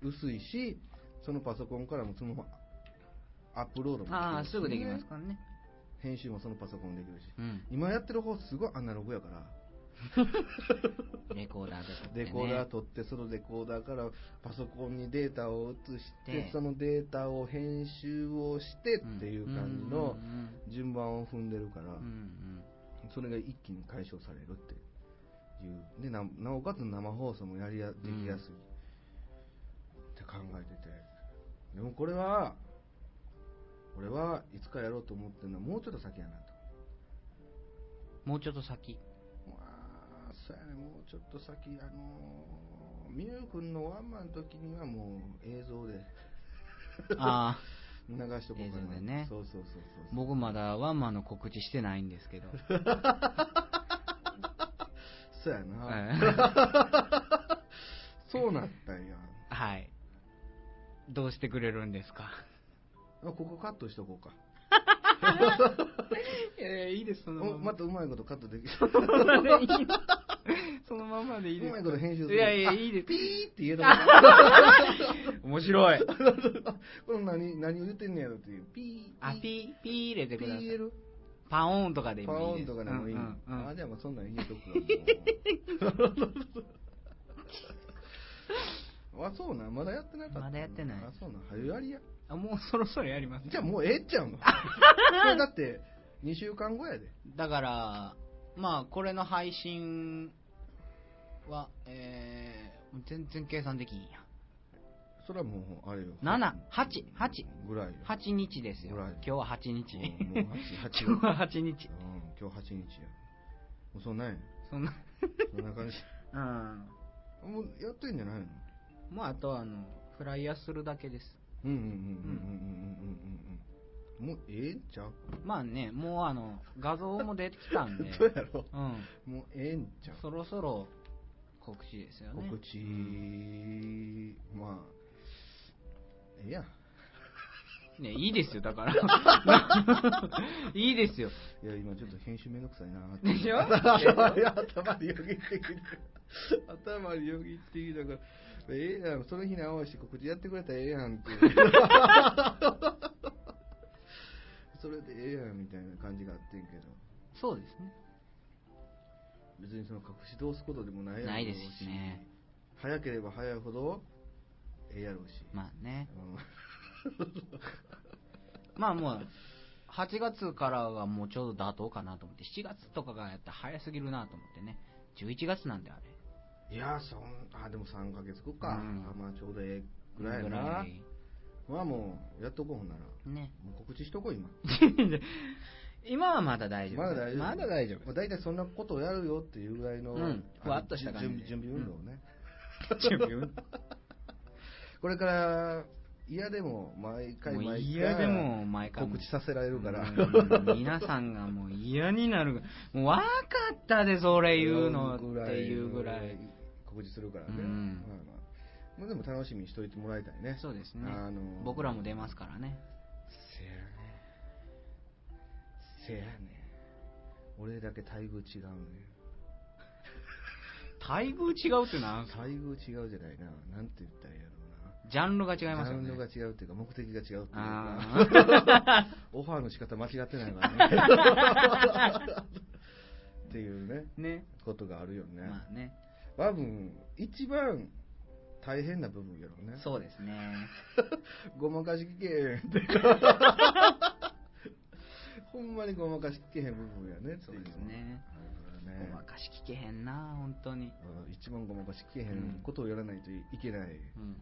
[SPEAKER 2] 薄いしそのパソコンからもそのままアップロードも
[SPEAKER 3] ああ、
[SPEAKER 2] し
[SPEAKER 3] すぐできますからね。
[SPEAKER 2] 編集もそのパソコンでできるし
[SPEAKER 3] うん。
[SPEAKER 2] 今やってる方すごいアナログやから
[SPEAKER 3] レコーダーで撮って、ね。
[SPEAKER 2] レコーダー取って、そのレコーダーからパソコンにデータを移して
[SPEAKER 3] で、
[SPEAKER 2] そのデータを編集をしてっていう感じの
[SPEAKER 3] うん
[SPEAKER 2] 順番を踏んでるから
[SPEAKER 3] うん、うん
[SPEAKER 2] それが一気に解消されるっていう。で、ななおかつ生放送もやりや、できやすいって考えてて。でもこれは、俺はいつかやろうと思ってるのはもうちょっと先やなと。
[SPEAKER 3] もうちょっ と先。
[SPEAKER 2] まあ、そうやね、もうちょっと先、あのー、みゆくんのワンマンの時にはもう映像で
[SPEAKER 3] ああ、
[SPEAKER 2] 流しとこうかな。
[SPEAKER 3] 映像でね
[SPEAKER 2] そうそうそうそう。
[SPEAKER 3] 僕まだワンマンの告知してないんです けど。
[SPEAKER 2] そうやな。
[SPEAKER 3] は
[SPEAKER 2] そうなったんや。
[SPEAKER 3] い。どうしてくれるんですか
[SPEAKER 2] あここカットしとこう か。
[SPEAKER 3] えいいです、そ
[SPEAKER 2] おま
[SPEAKER 3] ま。
[SPEAKER 2] たうまいことカットできる。
[SPEAKER 3] そのままでいい。 そのままでいいうで
[SPEAKER 2] まいこと編集す
[SPEAKER 3] す。
[SPEAKER 2] る。
[SPEAKER 3] いやいや、
[SPEAKER 2] あ
[SPEAKER 3] いいです。
[SPEAKER 2] ピーって言えたもんな
[SPEAKER 3] 面白い。
[SPEAKER 2] これ何、何を言ってんねやろっていう。ピー。
[SPEAKER 3] あ、ピー、ピー入れてくださ
[SPEAKER 2] ピー言え
[SPEAKER 3] い。
[SPEAKER 2] る
[SPEAKER 3] パオーンとかで
[SPEAKER 2] パ
[SPEAKER 3] も
[SPEAKER 2] オ
[SPEAKER 3] い
[SPEAKER 2] ー
[SPEAKER 3] いで
[SPEAKER 2] ン
[SPEAKER 3] す。
[SPEAKER 2] とかでもいい。
[SPEAKER 3] うんうんう
[SPEAKER 2] あ、
[SPEAKER 3] ん
[SPEAKER 2] じゃあまあそんなん言うとくわも う。あ、そうなん、まだやってなかった。
[SPEAKER 3] まだやってない
[SPEAKER 2] あ、そうなん、はよやりや。
[SPEAKER 3] あ、もうそろそろやります。
[SPEAKER 2] じゃあもうええっちゃ うの。これだって、2週間後やで。
[SPEAKER 3] だから、まあ、これの配信は、えー、全然計算できんや。
[SPEAKER 2] それはもう、あれよ。
[SPEAKER 3] 7、8、8、
[SPEAKER 2] ぐらいよ。
[SPEAKER 3] 8日ですよ。
[SPEAKER 2] ぐらい
[SPEAKER 3] 今日は8日。
[SPEAKER 2] うんもう8、8。
[SPEAKER 3] 今日は8日。
[SPEAKER 2] うん、今日8日や。もうそんなんや。
[SPEAKER 3] そんな、
[SPEAKER 2] そんな感じ。
[SPEAKER 3] うん。
[SPEAKER 2] もうやってんじゃないの
[SPEAKER 3] まあ、あとは、あの、フライヤーするだけです。
[SPEAKER 2] うんうんうんうんうんうんうんうんうん。もうええんちゃう、
[SPEAKER 3] まあね、もうあの、画像も出てきたんで
[SPEAKER 2] そうやろ。
[SPEAKER 3] うん。
[SPEAKER 2] もうええんちゃう
[SPEAKER 3] そろそろ告知ですよね。
[SPEAKER 2] 告知、まあええやん
[SPEAKER 3] ね、いいですよ、だから。 いいですよ。
[SPEAKER 2] いや今ちょっと編集めんどくさいなーって
[SPEAKER 3] でしょ
[SPEAKER 2] 頭いや頭によぎってきた頭によぎってきたからええやんその日に合わせて告知やってくれたらええやんってそれでええやんみたいな感じがあってんけど
[SPEAKER 3] そうですね。
[SPEAKER 2] 別にその隠し通すことでもないやろうし
[SPEAKER 3] ないですしね
[SPEAKER 2] 早ければ早いほどええやろうし、
[SPEAKER 3] まあね。
[SPEAKER 2] うん
[SPEAKER 3] まあもう、8月からはもうちょうど妥当かなと思って、7月とかがやったら早すぎるなと思ってね、11月なんであれ。
[SPEAKER 2] いやーそんあ でも3ヶ月後か、
[SPEAKER 3] うん
[SPEAKER 2] あまあちょうどええぐらいやなまあもうやっとこうほんならも
[SPEAKER 3] ね。
[SPEAKER 2] う告知しとこう今
[SPEAKER 3] 今はまだ大丈夫。
[SPEAKER 2] まだ大丈夫
[SPEAKER 3] まだ大丈 夫
[SPEAKER 2] まあ、大体そんなことをやるよっていうぐらいの、
[SPEAKER 3] うん
[SPEAKER 2] あの
[SPEAKER 3] ふわっとした感じで
[SPEAKER 2] 準備準備運動をね、
[SPEAKER 3] 準備運
[SPEAKER 2] これから嫌でも毎回
[SPEAKER 3] も
[SPEAKER 2] 毎
[SPEAKER 3] う
[SPEAKER 2] 回
[SPEAKER 3] 嫌でも毎回
[SPEAKER 2] 告知させられるから
[SPEAKER 3] うん皆さんがもう嫌になるもう分かったでそれ言うのっていうぐらい
[SPEAKER 2] 告知するからね、
[SPEAKER 3] うん
[SPEAKER 2] まあまあまあでも楽しみにしといてもらいたいね
[SPEAKER 3] そうですね
[SPEAKER 2] あのー
[SPEAKER 3] 僕らも出ますからね
[SPEAKER 2] せやねせやね俺だけ待遇違うね
[SPEAKER 3] 待遇違うってなんすか
[SPEAKER 2] 待遇違うじゃないな。なんて言ったらいいやろうな。
[SPEAKER 3] ジャンルが違います
[SPEAKER 2] ジャ
[SPEAKER 3] よ
[SPEAKER 2] ン
[SPEAKER 3] ね
[SPEAKER 2] ルが違うっていうか、目的が違うっていう
[SPEAKER 3] あ
[SPEAKER 2] か、 オファーの仕方間違ってないから ね。っていうね、
[SPEAKER 3] ね
[SPEAKER 2] ことがあるよね。
[SPEAKER 3] まあね
[SPEAKER 2] 多分、一番大変な部分やろうね。
[SPEAKER 3] そうですね
[SPEAKER 2] ごまかしきけへんって。 ほんまにごまかしきけへん部分やねって
[SPEAKER 3] そ
[SPEAKER 2] いううの
[SPEAKER 3] ですね
[SPEAKER 2] あるからね
[SPEAKER 3] ごまかし聞けへんな本当に、
[SPEAKER 2] うん一番ごまかしきけへんことをやらないといけない
[SPEAKER 3] うん、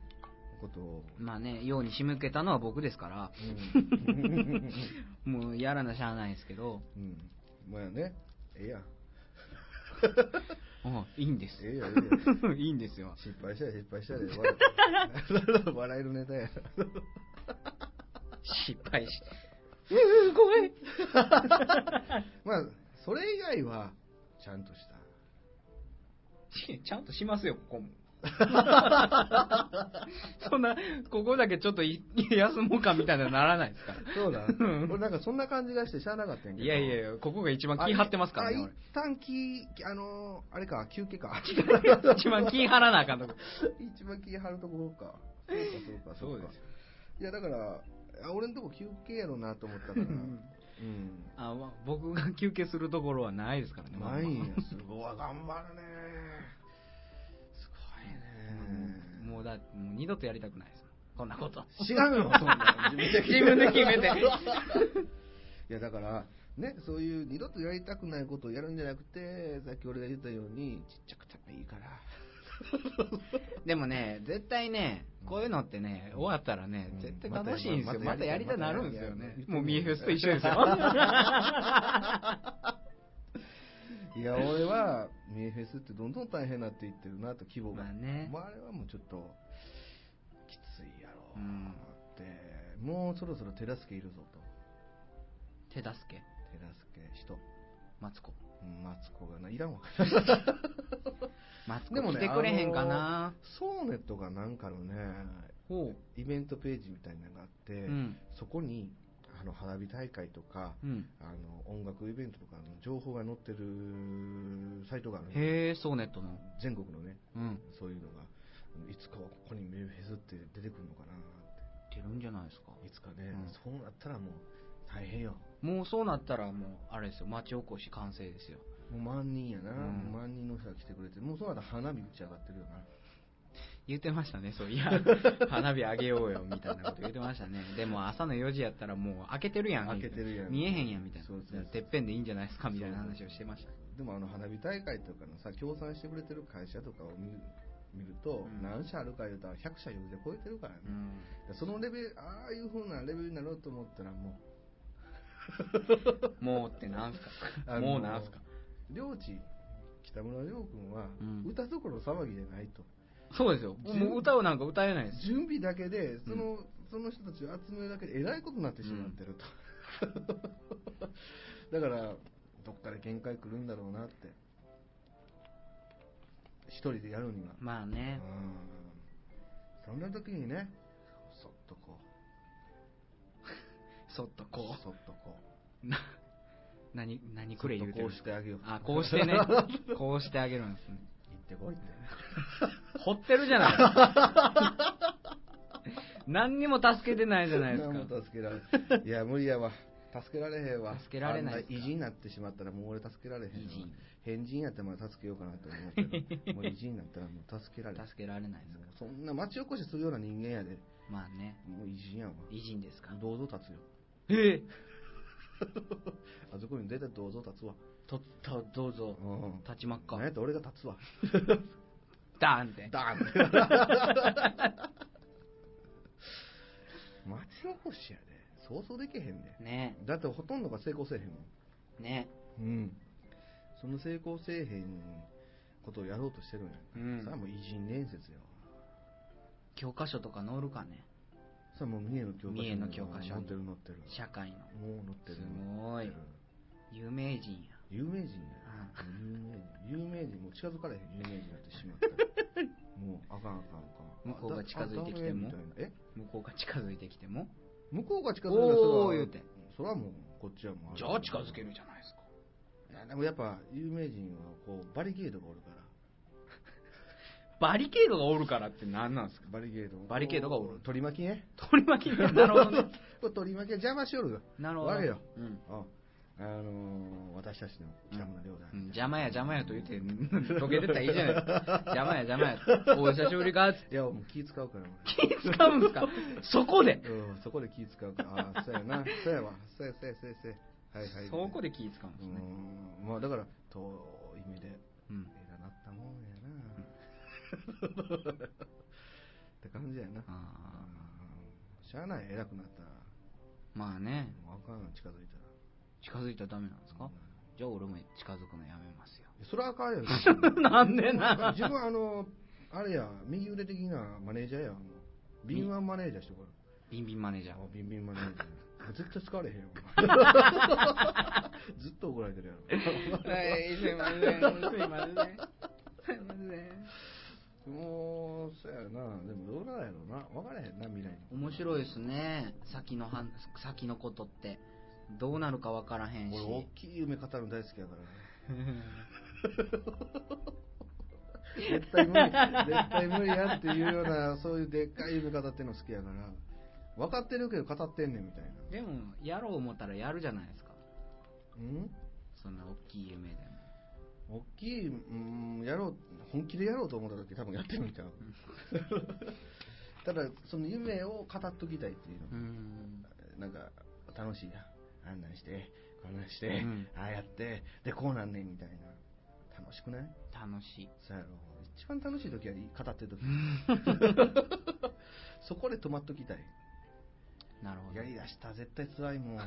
[SPEAKER 2] ことを。
[SPEAKER 3] まあねように仕向けたのは僕ですから
[SPEAKER 2] うん
[SPEAKER 3] もうやらなしゃあないですけど
[SPEAKER 2] うん。まあね、ええやん。
[SPEAKER 3] うんいいんです
[SPEAKER 2] ええよえ
[SPEAKER 3] いいんですよ
[SPEAKER 2] 失敗したら失敗 したらで笑えるネタや。
[SPEAKER 3] 失敗しううごめん
[SPEAKER 2] まあ、それ以外は、ちゃんとした。
[SPEAKER 3] ちちゃんとしますよ、ここ も。そんな、ここだけちょっとい休もうかみたいなのならないですから。
[SPEAKER 2] そう だ。
[SPEAKER 3] ん
[SPEAKER 2] 俺なんかそんな感じがしてしゃあなかったんやけど。
[SPEAKER 3] いやいやいや、ここが一番気張ってますからね、
[SPEAKER 2] あ
[SPEAKER 3] 俺
[SPEAKER 2] 一旦気、あのーあれか、休憩 か。
[SPEAKER 3] 一番気張らなあかんとこ。
[SPEAKER 2] 一番気張るところか。そうか、そうか、そうか。いや、だから、あ俺んとこ休憩やろうなと思ったから。うん。
[SPEAKER 3] あまあ僕が休憩するところはないですからね。まあまあ
[SPEAKER 2] ないんや、すごい。頑張るね。すごいね。
[SPEAKER 3] もうだ、もう二度とやりたくないです。こんなこと。
[SPEAKER 2] 知らんよ、そんなん。
[SPEAKER 3] 自分で決めて。
[SPEAKER 2] いやだから、ね、そういう二度とやりたくないことをやるんじゃなくて、さっき俺が言ったように、ちっちゃくてもいいから。
[SPEAKER 3] でもね、絶対ね、こういうのってね、終わったらね
[SPEAKER 2] う、ん
[SPEAKER 3] 絶対楽しいんですよ。ま
[SPEAKER 2] ま
[SPEAKER 3] た
[SPEAKER 2] た
[SPEAKER 3] や
[SPEAKER 2] や
[SPEAKER 3] り
[SPEAKER 2] りた
[SPEAKER 3] たく
[SPEAKER 2] く
[SPEAKER 3] な
[SPEAKER 2] な
[SPEAKER 3] る
[SPEAKER 2] る
[SPEAKER 3] ん
[SPEAKER 2] んで
[SPEAKER 3] で
[SPEAKER 2] すす
[SPEAKER 3] よ
[SPEAKER 2] よ
[SPEAKER 3] ね
[SPEAKER 2] ね。
[SPEAKER 3] もうミーフェスと一緒 ですよ。
[SPEAKER 2] いや、俺は、ミエフェスってどんどん大変になっていってるなと、規模が。
[SPEAKER 3] まあね
[SPEAKER 2] もうあれはもうちょっと、きついやろう
[SPEAKER 3] うん
[SPEAKER 2] って、もうそろそろ手助けいるぞと。
[SPEAKER 3] 手助け、
[SPEAKER 2] 手助け、人。
[SPEAKER 3] マツコ。
[SPEAKER 2] うんマツコがな、いらんわ。
[SPEAKER 3] マツコ
[SPEAKER 2] でも
[SPEAKER 3] 来
[SPEAKER 2] ね
[SPEAKER 3] てくれへんかな。
[SPEAKER 2] ソーネットがなんかのね、
[SPEAKER 3] ほ
[SPEAKER 2] イベントページみたいなのがあって、
[SPEAKER 3] う。うん。
[SPEAKER 2] そこに、あの、花火大会とか、
[SPEAKER 3] うん。
[SPEAKER 2] あの音楽イベントとかの情報が載ってるサイトがあるんです
[SPEAKER 3] へえ、ソーネットの。
[SPEAKER 2] 全国のね、
[SPEAKER 3] うん。
[SPEAKER 2] そういうのが、いつかはここにメルフェスって出てくるのかなっ
[SPEAKER 3] 出るんじゃないですか。
[SPEAKER 2] て、いつかね、
[SPEAKER 3] うん
[SPEAKER 2] そうなったらもう大変よ、
[SPEAKER 3] もうそうなったらもう、あれですよ、町おこし完成ですよ。
[SPEAKER 2] もう万人やな、
[SPEAKER 3] うん
[SPEAKER 2] 万人の人が来てくれて、もうそうなったら花火打ち上がってるよな、
[SPEAKER 3] 言ってましたね、そう いや、花火あげようよ、みたいなこと言ってましたね。でも朝の4時やったらもう開けてるやん。
[SPEAKER 2] 開けてるやん
[SPEAKER 3] 見えへんやん、みたいな。
[SPEAKER 2] そうそうそう
[SPEAKER 3] てっぺんでいいんじゃないですか、みたいな話をしてました。
[SPEAKER 2] でもあの花火大会とかのさ、協賛してくれてる会社とかを見る見ると、
[SPEAKER 3] うん
[SPEAKER 2] 何社あるか言うたら、100社余裕で超えてるからね、
[SPEAKER 3] うん。
[SPEAKER 2] そのレベル、ああいう風なレベルになろうと思ったら、もう。
[SPEAKER 3] もうってなんす
[SPEAKER 2] あ
[SPEAKER 3] か。
[SPEAKER 2] の
[SPEAKER 3] もうなんすか。
[SPEAKER 2] 領地北村亮君は、
[SPEAKER 3] うん
[SPEAKER 2] 歌どころ騒ぎじゃないと
[SPEAKER 3] そうですよ。もう歌をなんか歌えないです。
[SPEAKER 2] 準備だけでその,、その人たちを集めるだけでえらいことになってしまってると、 だからどっかで限界来るんだろうなって一人でやるには、
[SPEAKER 3] まあ
[SPEAKER 2] うん
[SPEAKER 3] ね、
[SPEAKER 2] そんな時にねそっとこう
[SPEAKER 3] そっとこ
[SPEAKER 2] そっとこ
[SPEAKER 3] う。な、何、何
[SPEAKER 2] う
[SPEAKER 3] くれ言うて
[SPEAKER 2] そっと
[SPEAKER 3] る
[SPEAKER 2] こうしてあげよう
[SPEAKER 3] あ、こ うしてね。こうしてあげるんですね。
[SPEAKER 2] 行ってこいって
[SPEAKER 3] 掘ってるじ ゃない。何にも助けてないじゃないです
[SPEAKER 2] 何
[SPEAKER 3] か
[SPEAKER 2] も。助けられんいや無理やわ助けられへんわ
[SPEAKER 3] 助けられない
[SPEAKER 2] あん
[SPEAKER 3] ですか
[SPEAKER 2] 偉人になってしまったらもう俺助けられへんわ
[SPEAKER 3] 偉人
[SPEAKER 2] 変人やったらまだ助けようかなと思うけどもう偉人になったらもう助けられへん
[SPEAKER 3] 助けられないです
[SPEAKER 2] も
[SPEAKER 3] か
[SPEAKER 2] う。そんな町おこしするような人間やで
[SPEAKER 3] まあね、
[SPEAKER 2] もう偉人やわ
[SPEAKER 3] 偉人ですか。
[SPEAKER 2] 銅像立つよ
[SPEAKER 3] ええ
[SPEAKER 2] あそこに出て銅像立つわ
[SPEAKER 3] とった、どうぞ。
[SPEAKER 2] うん
[SPEAKER 3] 立ちまっか
[SPEAKER 2] なん。やったら俺が立つわ
[SPEAKER 3] ダーンって。
[SPEAKER 2] ダーンって 町おこしやでそうそうできへんで
[SPEAKER 3] ね
[SPEAKER 2] だってほとんどが成功せえへんもん
[SPEAKER 3] ね
[SPEAKER 2] うん、その成功せえへんことをやろうとしてるんや、
[SPEAKER 3] うん
[SPEAKER 2] それはもう偉人伝説よ
[SPEAKER 3] 教科書とか載るかね。
[SPEAKER 2] それはもう三重の教科書に
[SPEAKER 3] 三重の教科書に
[SPEAKER 2] 載ってる載ってる
[SPEAKER 3] 社会の。
[SPEAKER 2] もう載ってる
[SPEAKER 3] すごい
[SPEAKER 2] 載ってる
[SPEAKER 3] 有名人や。
[SPEAKER 2] 有名人だよ有名人有名人もう近づかれへん有名人になってしま ったらもうあかんあかんあかん
[SPEAKER 3] 向こうが近づいてきても
[SPEAKER 2] あだあだめみたいなえ
[SPEAKER 3] 向こうが近づいてきても。
[SPEAKER 2] 向こうが近づいてきたら
[SPEAKER 3] おー言うて。
[SPEAKER 2] それはもうこっちはもう
[SPEAKER 3] じゃあ近づけるじゃないですか。
[SPEAKER 2] いやでもやっぱ有名人はこうバリケードがおるから
[SPEAKER 3] バリケードがおるからって何なんですか
[SPEAKER 2] バリケードも
[SPEAKER 3] バリケードがおる
[SPEAKER 2] 取り巻きね
[SPEAKER 3] 取り巻きみた いななるほどね
[SPEAKER 2] これ取り巻きは邪魔しよる
[SPEAKER 3] なるほど
[SPEAKER 2] わけよ、
[SPEAKER 3] うん
[SPEAKER 2] うんあのー私たちの北村亮太、
[SPEAKER 3] うん邪魔や邪魔やと言って 溶けてったらいいじゃないですか邪魔や邪魔やお久しぶりかっつって
[SPEAKER 2] いやもう気使うから
[SPEAKER 3] 気使うん ですかそこで
[SPEAKER 2] 俺、うん、そこで気使うからああそうやなそうやわそうやそうやそうやそうやはいはい
[SPEAKER 3] そこ
[SPEAKER 2] で
[SPEAKER 3] で気使うんですね
[SPEAKER 2] うんまあだから遠い目で
[SPEAKER 3] うん
[SPEAKER 2] えらなったもんや なって感じやな
[SPEAKER 3] あ
[SPEAKER 2] うんしゃあない偉くなったら
[SPEAKER 3] ーまあね
[SPEAKER 2] もうあかんよ近づいたら
[SPEAKER 3] 近づいたらダメなんですかじゃあ俺も近づくのやめますよ
[SPEAKER 2] それはあかんよ
[SPEAKER 3] なんでな
[SPEAKER 2] 自分はあのあれや右腕的なマネージャーやもう敏腕マネージャーしてこい
[SPEAKER 3] ビンビンマネージャ
[SPEAKER 2] あ
[SPEAKER 3] ー
[SPEAKER 2] ビンビンマネージャー絶対疲れへんよずっと怒られてるや
[SPEAKER 3] はいすいませんすいませんすいませ
[SPEAKER 2] ろもうそやなでもどうなんやろうな分からへんな未来
[SPEAKER 3] ん面白いです
[SPEAKER 2] ね
[SPEAKER 3] ね先のはん先のことってどうなるかわからへんし
[SPEAKER 2] 俺大きい夢語るの大好きやからね絶対無理絶対無理やっていうようなそういうでっかい夢語ってんの好きやから分かってるけど語ってんねんみたいな
[SPEAKER 3] でもやろう思ったらやるじゃないですか
[SPEAKER 2] うん
[SPEAKER 3] そんな大きい夢でも
[SPEAKER 2] 大きい、うん、やろう、本気でやろうと思った時多分やってるんちゃう。 ただ、その夢を語っときたいっていうの
[SPEAKER 3] う、ん
[SPEAKER 2] なんか、楽しいな。あんなんして、こんなんして、
[SPEAKER 3] うん
[SPEAKER 2] ああやって、で、こうなんねんみたいな。楽しくない
[SPEAKER 3] 楽しい
[SPEAKER 2] そうやろ。一番楽しい時は語ってる時。 そこで止まっときたい。
[SPEAKER 3] なるほど
[SPEAKER 2] やりだした、絶対辛い もん。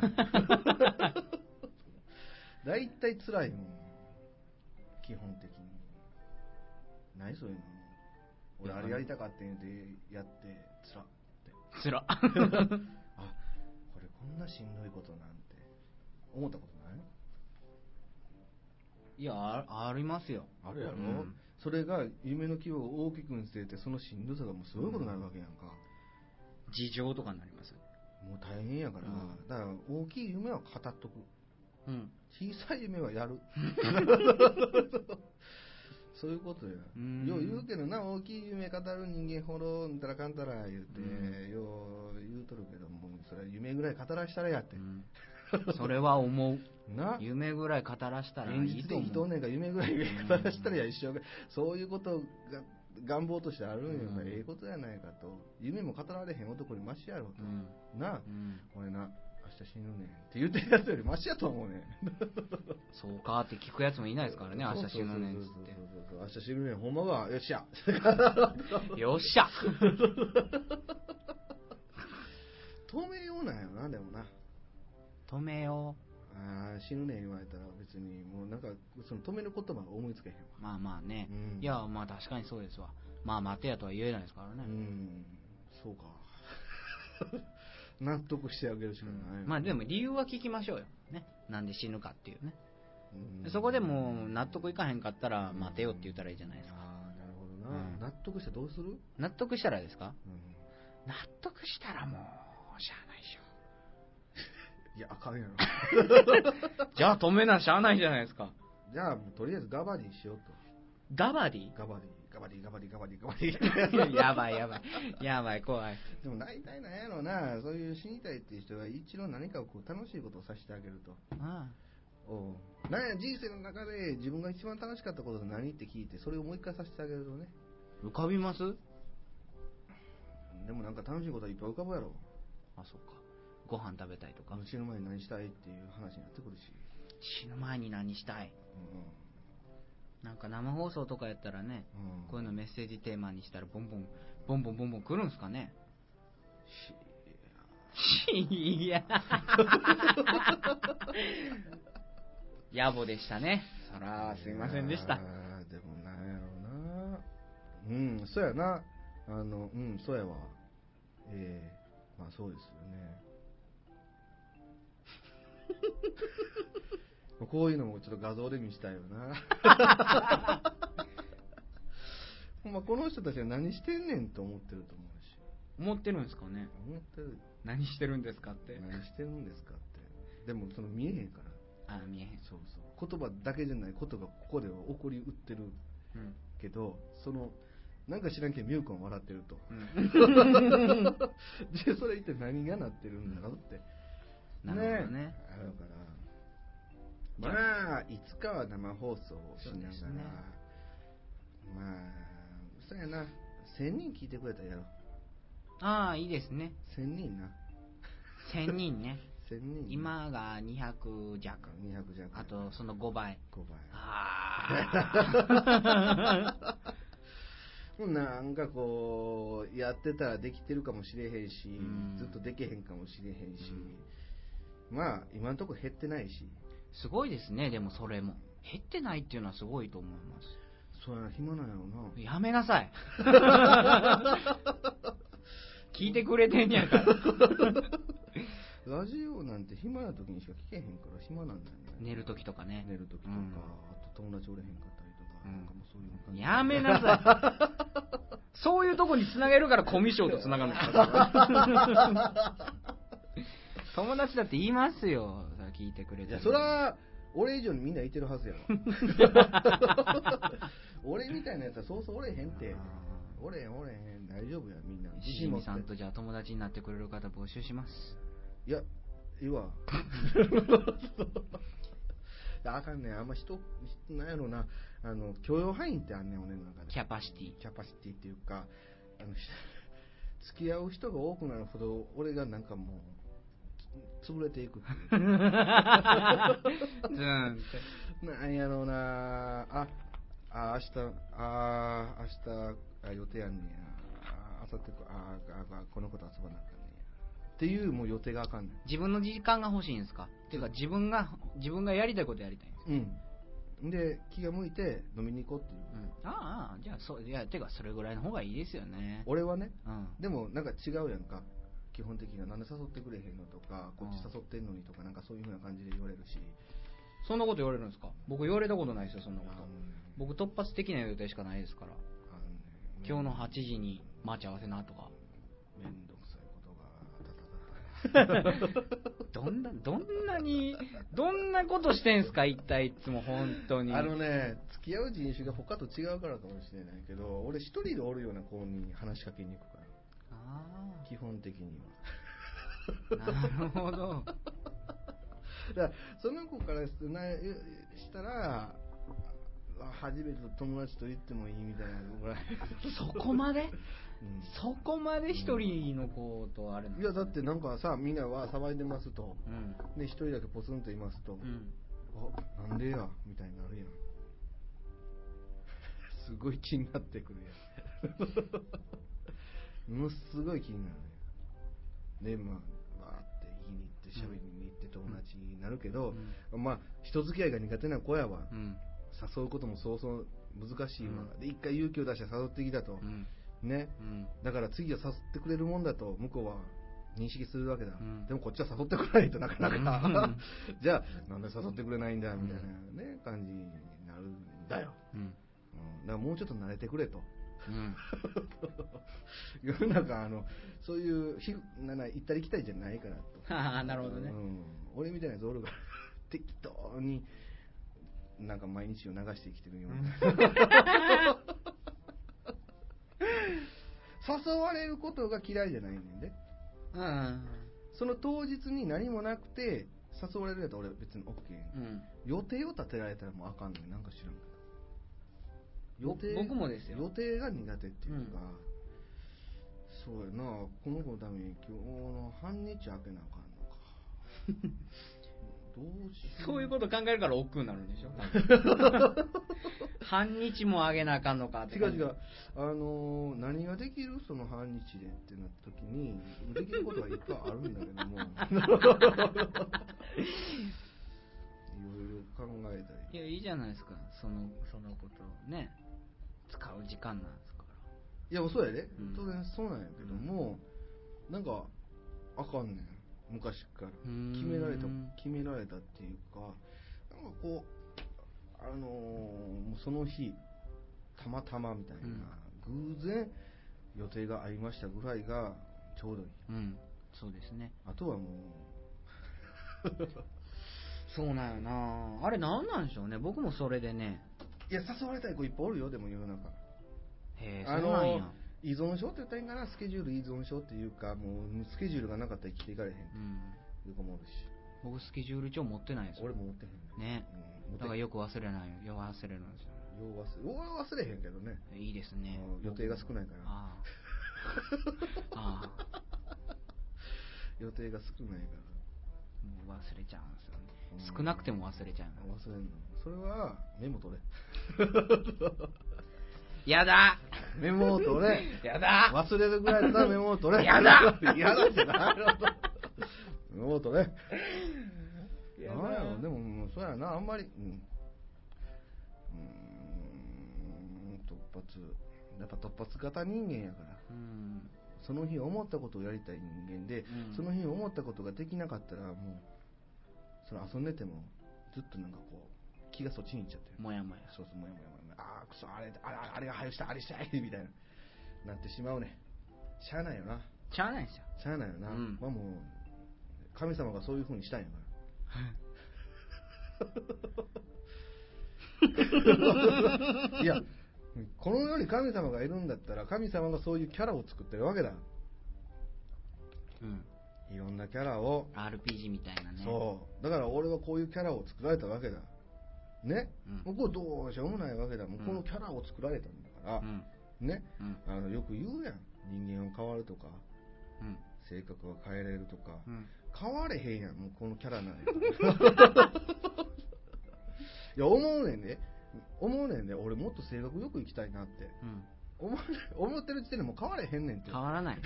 [SPEAKER 2] 大体辛いもん。基本的に。ないそういうの。俺、あれやりたかって言うて、やって、辛っって。
[SPEAKER 3] つら
[SPEAKER 2] あ、これこんなしんどいことなんて、思ったことない
[SPEAKER 3] いやあありますよ
[SPEAKER 2] あるやろ、
[SPEAKER 3] うん
[SPEAKER 2] それが夢の規模を大きくにつれて、そのしんどさがもうすごいことになるわけやんか。
[SPEAKER 3] 事情とかになります
[SPEAKER 2] もう大変やから、
[SPEAKER 3] うん
[SPEAKER 2] だから大きい夢は語っとく。
[SPEAKER 3] うん
[SPEAKER 2] 小さい夢は やるそういうことや
[SPEAKER 3] うん
[SPEAKER 2] よう言うけどな大きい夢語る人間ほどんたらかんたら言って、
[SPEAKER 3] う
[SPEAKER 2] よう言うとるけどもそれは夢ぐらい語らしたらやって
[SPEAKER 3] う、んそれは思う
[SPEAKER 2] な現
[SPEAKER 3] 夢ぐらい語らしたらいい
[SPEAKER 2] 実
[SPEAKER 3] と
[SPEAKER 2] で
[SPEAKER 3] 思
[SPEAKER 2] 人
[SPEAKER 3] う
[SPEAKER 2] ねが夢ぐらい語らしたらや一生がそういうことが願望としてあるんやから
[SPEAKER 3] うん
[SPEAKER 2] ええことやないかと夢も語られへん男にマシやろと
[SPEAKER 3] う、ん
[SPEAKER 2] な
[SPEAKER 3] うん
[SPEAKER 2] 俺な明日死ぬねんって言ってるやつよりマシやと思うねん
[SPEAKER 3] そうかって聞くやつもいないですからね明日死ぬねんっつ
[SPEAKER 2] そう
[SPEAKER 3] っ
[SPEAKER 2] そうそうそう明日死ぬねんほんまはよっしゃ
[SPEAKER 3] てよっしゃ
[SPEAKER 2] 止めようなんやろなでもな
[SPEAKER 3] 止めよ
[SPEAKER 2] あー死ぬねん言われたら別にもうなんかその止める言葉が思いつけへんわ
[SPEAKER 3] うまあまあね、
[SPEAKER 2] うん
[SPEAKER 3] いやまあ確かにそうですわまあ待てやとは言えないですからね、
[SPEAKER 2] うんそうか 納得してあげるしかない、
[SPEAKER 3] まあでも理由は聞きましょうよ、ね、なんで死ぬかっていうね、
[SPEAKER 2] うん
[SPEAKER 3] そこでもう納得いかへんかったら
[SPEAKER 2] うん
[SPEAKER 3] 待てよって言ったらいいじゃないですか、
[SPEAKER 2] ああなるほどな、
[SPEAKER 3] うん
[SPEAKER 2] 納得してどうする、
[SPEAKER 3] 納得したらですか
[SPEAKER 2] うん
[SPEAKER 3] 納得したらもうしゃあないでし
[SPEAKER 2] いやあかん やろ
[SPEAKER 3] ょ じゃあ止めなしゃあないじゃないですか
[SPEAKER 2] じゃあもうとりあえずガバディしようと
[SPEAKER 3] ガバディ
[SPEAKER 2] ガバディガバディガバディガバディガバディ
[SPEAKER 3] やばいやばいやばい怖い
[SPEAKER 2] でも大体なんやろな、そういう死にたいっていう人は一度何かをこう楽しいことをさせてあげると。
[SPEAKER 3] あ
[SPEAKER 2] おうなんや、人生の中で自分が一番楽しかったことって何って聞いて、それをもう一回させてあげるとね。
[SPEAKER 3] 浮かびます
[SPEAKER 2] でもなんか楽しいことはいっぱい浮かぶやろ。
[SPEAKER 3] あそうかご飯食べたいとか
[SPEAKER 2] 死ぬ前に何したいっていう話になってくるし。
[SPEAKER 3] 死ぬ前に何したいなんか生放送とかやったらね
[SPEAKER 2] うんうん。
[SPEAKER 3] こういうのメッセージテーマにしたらボンボンボンボンボンボン来るんすかね
[SPEAKER 2] し
[SPEAKER 3] いや 野暮でしたねそらすいませんでし
[SPEAKER 2] あ
[SPEAKER 3] た
[SPEAKER 2] ーでもなんやろな。うん、そうやな。あの、うん、そうやわ。ええまあそうですよね。 こういうのもちょっと画像で見したいよな。 ほんまこの人たちは何してんねんと思ってると思うし。
[SPEAKER 3] 思ってるんですかね
[SPEAKER 2] 思ってる。
[SPEAKER 3] 何してるんですかって
[SPEAKER 2] 何してるんですかって。でもその見えへんから。
[SPEAKER 3] あ見えへん、
[SPEAKER 2] そうそう。言葉だけじゃないことがここでは起こりうってる
[SPEAKER 3] うん、
[SPEAKER 2] けどそのなんか知らんけど、ミュウ君は笑ってると。
[SPEAKER 3] うん
[SPEAKER 2] で、それ一体何がなってるんだろうって。
[SPEAKER 3] なるほどね
[SPEAKER 2] あるから。まあ、いつかは生放送をしな
[SPEAKER 3] そうで
[SPEAKER 2] が
[SPEAKER 3] す
[SPEAKER 2] ら、
[SPEAKER 3] ね
[SPEAKER 2] まあ、そうやな、1000人聞いてくれたらやろう。
[SPEAKER 3] ああいいですね
[SPEAKER 2] 1000人な。
[SPEAKER 3] 1000人ね
[SPEAKER 2] 1000人。
[SPEAKER 3] 今が200弱
[SPEAKER 2] 200弱。
[SPEAKER 3] あとその5倍
[SPEAKER 2] 5倍。
[SPEAKER 3] ああ
[SPEAKER 2] もうなんかこう、やってたらできてるかもしれへんし、
[SPEAKER 3] ん
[SPEAKER 2] ずっとできへんかもしれへんし、まあ、今のところ減ってないし、
[SPEAKER 3] すごいですねでもそれも減ってないっていうのはすごいと思います
[SPEAKER 2] そうやな、暇なんやろな。
[SPEAKER 3] やめなさ い聞いてくれてんやから
[SPEAKER 2] ラジオなんて暇な時にしか聞けへんから暇なんだよね。
[SPEAKER 3] 寝る時とかね
[SPEAKER 2] 寝る時とか、
[SPEAKER 3] うん
[SPEAKER 2] あと友達おれへんかったりとか、
[SPEAKER 3] うん
[SPEAKER 2] なんかもうそういう感じ。
[SPEAKER 3] やめなさい。そういうとこに繋げるからコミュ障と繋がる んですよ友達だって言いますよ。さ聞いてくれ
[SPEAKER 2] い
[SPEAKER 3] てる。
[SPEAKER 2] や、そら、俺以上にみんないてるは ずやわ。俺みたいなやつはそうそうおれへんって。
[SPEAKER 3] あ
[SPEAKER 2] おれへんおれへん、大丈夫や、みんな。
[SPEAKER 3] ー。しじみ
[SPEAKER 2] って
[SPEAKER 3] さんとじゃあ友達になってくれる方募集し ます。
[SPEAKER 2] いや、いいわ。あかんねん、あんま人、人なんやろな、あの、許容範囲ってあんねん、俺の中で。
[SPEAKER 3] キャパシティ。
[SPEAKER 2] キャパシティっていうか、あの、 ひ付き合う人が多くなるほど、俺がなんかもう、つ潰れていくってい
[SPEAKER 3] ズーンって。
[SPEAKER 2] う。なんやろうなあ、あ、明日、あ、明日、あ予定あんねや。あ、明後日、あ、あ、あこの子と遊ばなあかんねや。っていう、もう予定があかんねん。
[SPEAKER 3] 自分の時間が欲しいんですかっていうか自分が、自分がやりたいことやりたいんです。
[SPEAKER 2] うん。で、気が向いて飲みに行こうっていう。
[SPEAKER 3] うん。ああ、じゃあそう、いや、てかそれぐらいの方がいいですよね。
[SPEAKER 2] 俺はね、
[SPEAKER 3] うん。
[SPEAKER 2] でもなんか違うやんか。基本的には、なんで誘ってくれへんのとか、こっち誘ってんのにとか、なんかそういうふうな感じで言われるし。
[SPEAKER 3] そんなこと言われるんですか僕言われたことないですよ、そんなこ
[SPEAKER 2] あの
[SPEAKER 3] と
[SPEAKER 2] ね。
[SPEAKER 3] 僕突発的な予定しかないですから。
[SPEAKER 2] あのね
[SPEAKER 3] 今日の8時に待ち合わせなとか。
[SPEAKER 2] めんどくさいことがたたた
[SPEAKER 3] どんな、どんな に、どんなことしてんすか、一体いつも本当に。
[SPEAKER 2] たあのね付き合う人種が他と違うからかもしれないけど俺一人でおるような子に話しかけに行くから
[SPEAKER 3] あ
[SPEAKER 2] 基本的には
[SPEAKER 3] ーなるほど。
[SPEAKER 2] だからその子からすなしたらあ初めての友達と言ってもいいみたいなぐらい、
[SPEAKER 3] そこまで
[SPEAKER 2] うん
[SPEAKER 3] そこまで一人の子とあれなん
[SPEAKER 2] いやだってなんかさみんなは騒いでますと
[SPEAKER 3] うん。
[SPEAKER 2] で一人だけポツンといますと、
[SPEAKER 3] うん。
[SPEAKER 2] あなんでやみたいになるやん すごい気になってくるや んものすごい気になるやんでまあわーって言いに行って喋りに行って友達になるけど、まあ人付き合いが苦手な子やわ、
[SPEAKER 3] うん。
[SPEAKER 2] 誘うこともそうそう難しいわ、
[SPEAKER 3] うん
[SPEAKER 2] で一回勇気を出して誘ってきたと
[SPEAKER 3] う、ん。
[SPEAKER 2] ね
[SPEAKER 3] うん。
[SPEAKER 2] だから次は誘ってくれるもんだと向こうは認識するわけだ、
[SPEAKER 3] うん
[SPEAKER 2] でもこっちは誘ってこないとなかな
[SPEAKER 3] う
[SPEAKER 2] か
[SPEAKER 3] ん
[SPEAKER 2] じゃあなんで誘ってくれないんだみたいな、ね、感じになるんだよ、
[SPEAKER 3] うん。
[SPEAKER 2] うん、だからもうちょっと慣れてくれと
[SPEAKER 3] うん。
[SPEAKER 2] 世の中あのそういうひなな行ったり来たりじゃないからと
[SPEAKER 3] ああ、なるほどね
[SPEAKER 2] う。ん、俺みたいなゾルが 適当になんか毎日を流して生きてるような、 誘われることが嫌いじゃないねんで
[SPEAKER 3] うん。
[SPEAKER 2] その当日に何もなくて誘われるやつ俺別に OK やん
[SPEAKER 3] うん。
[SPEAKER 2] 予定を立てられたらもうあかんのよなんか知らんけど予定
[SPEAKER 3] ぼ僕もですよ
[SPEAKER 2] 予定が苦手っていうか、そうやなこの子のために今日の半日開けなあ かんのかどうしよう
[SPEAKER 3] そういうこと考えるから億劫になるんでしょ多分半日もあげなあかんのかって
[SPEAKER 2] 違う違う、あのー何ができるその半日でってなった時にできることはいっぱいあるんだけ どもいろいろ考えたり
[SPEAKER 3] いやいいじゃないですかそのそのことをね使う時間なんですか
[SPEAKER 2] いやそうやで、
[SPEAKER 3] うん
[SPEAKER 2] 当然そうなんやけども、なんかあかんねん昔から
[SPEAKER 3] うーん
[SPEAKER 2] 決められた決められたっていうかなんかこうあのーもうその日たまたまみたいな、偶然予定が合いましたぐらいがちょうどいい
[SPEAKER 3] らうんそうですね
[SPEAKER 2] あとはもう
[SPEAKER 3] そうなんよなあれなんなんでしょうね僕もそれでね
[SPEAKER 2] いや誘われたい子いっぱいおるよでも世の中
[SPEAKER 3] へえ、
[SPEAKER 2] あ
[SPEAKER 3] そうなん
[SPEAKER 2] の
[SPEAKER 3] や。
[SPEAKER 2] 依存症って言ったらいいんかなスケジュール依存症っていうかもうスケジュールがなかったら生きていかれへんっ
[SPEAKER 3] うん。
[SPEAKER 2] ていう子もおるし
[SPEAKER 3] 僕、スケジュール帳持ってないですよ
[SPEAKER 2] 俺も持ってへん
[SPEAKER 3] ね。
[SPEAKER 2] うん、持って
[SPEAKER 3] だから
[SPEAKER 2] へんよ
[SPEAKER 3] よく忘れないよ。よく忘れるんですよ。
[SPEAKER 2] う忘れよう忘れへんけどね
[SPEAKER 3] いいですね
[SPEAKER 2] うん。予定が少ないから
[SPEAKER 3] ああ。ああ。
[SPEAKER 2] 予定が少ないから
[SPEAKER 3] もう忘れちゃうんですよね
[SPEAKER 2] う。ん
[SPEAKER 3] 少なくても忘れちゃうの。
[SPEAKER 2] 忘れんのそれはメモ取れ
[SPEAKER 3] やだ
[SPEAKER 2] メモを取れ
[SPEAKER 3] やだ
[SPEAKER 2] 忘れるぐらいだったらメモを取れ
[SPEAKER 3] やだ
[SPEAKER 2] やだってなるほど メモを取れなんやろでももうそうやなあんまりうんうーん突発やっぱ突発型人間やから
[SPEAKER 3] うん。
[SPEAKER 2] その日思ったことをやりたい人間で、
[SPEAKER 3] うん
[SPEAKER 2] その日思ったことができなかったらもうその遊んでてもずっとなんかこう気がそっちに行っちゃってる
[SPEAKER 3] もやもや。
[SPEAKER 2] そうそうもやもやもやもやああくそあれあれあれが早したいあれしたいみたいななってしまうねしゃあないよな
[SPEAKER 3] しゃあ ないですよ。
[SPEAKER 2] しゃあないよな、
[SPEAKER 3] うん
[SPEAKER 2] まあもう神様がそういうふうにしたんやから いやこの世に神様がいるんだったら神様がそういうキャラを作ってるわけだ
[SPEAKER 3] うん。
[SPEAKER 2] いろんなキャラを、
[SPEAKER 3] RPG みたいなね。
[SPEAKER 2] そうだから俺はこういうキャラを作られたわけだね、
[SPEAKER 3] うん
[SPEAKER 2] 向こうどうしようもないわけだもう
[SPEAKER 3] うん
[SPEAKER 2] このキャラを作られたんだから、
[SPEAKER 3] うん。
[SPEAKER 2] ね
[SPEAKER 3] うん。
[SPEAKER 2] あのよく言うやん人間は変わるとか
[SPEAKER 3] うん。
[SPEAKER 2] 性格は変えれるとか、
[SPEAKER 3] うん。
[SPEAKER 2] 変われへんやんもうこのキャラなん やからいや思うねんで、思うねんで、俺もっと性格よく生きたいなって
[SPEAKER 3] うん。
[SPEAKER 2] 思う思ってる時点でもう変われへんねんって
[SPEAKER 3] 変わらない。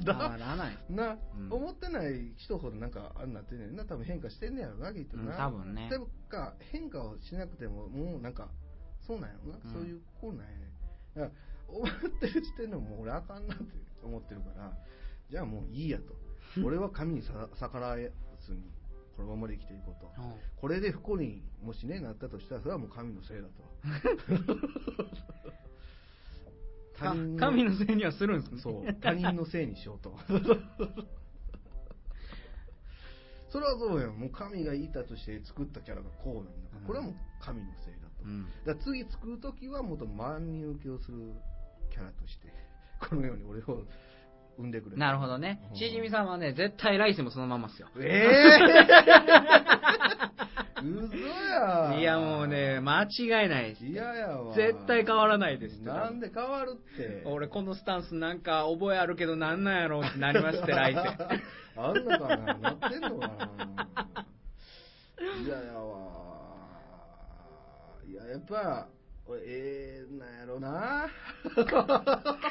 [SPEAKER 2] だ
[SPEAKER 3] わらない。
[SPEAKER 2] な、
[SPEAKER 3] うん
[SPEAKER 2] 思ってない人ほどなんかあんなってんねんな多分変化してんねやろなきっとな、
[SPEAKER 3] うん多分ね
[SPEAKER 2] てか変化をしなくてももうなんかそうなんやろな、
[SPEAKER 3] うん
[SPEAKER 2] そういうこうなんやねだから思ってる時点でもう俺あかんなって思ってるからじゃあもういいや と俺は神にさ逆らえずにこのままで生きていこうと
[SPEAKER 3] うん
[SPEAKER 2] これで不幸にもしねなったとしたらそれはもう神のせいだと
[SPEAKER 3] か神のせいにはするんですね。
[SPEAKER 2] そう、他人のせいにしようと。 それはそうやん。もう神がいたとして作ったキャラがこうなんだから、
[SPEAKER 3] うん
[SPEAKER 2] これはもう神のせいだと。
[SPEAKER 3] うん。
[SPEAKER 2] だから次作るときはもっと万人受けをするキャラとして、 このように俺を産んでくれ。
[SPEAKER 3] なるほどね。
[SPEAKER 2] うん
[SPEAKER 3] しじみさんはね、絶対来世もそのままっすよ。
[SPEAKER 2] え えー、嘘や
[SPEAKER 3] いやもうね、間違いないです。
[SPEAKER 2] 嫌やわ。
[SPEAKER 3] 絶対変わらないですって
[SPEAKER 2] なんで変わるって。
[SPEAKER 3] 俺このスタンスなんか覚えあるけどなんなんやろうってなります って来世。
[SPEAKER 2] あんのかななってんのかな嫌ややわいややっぱ俺ええなんや ろなやっぱ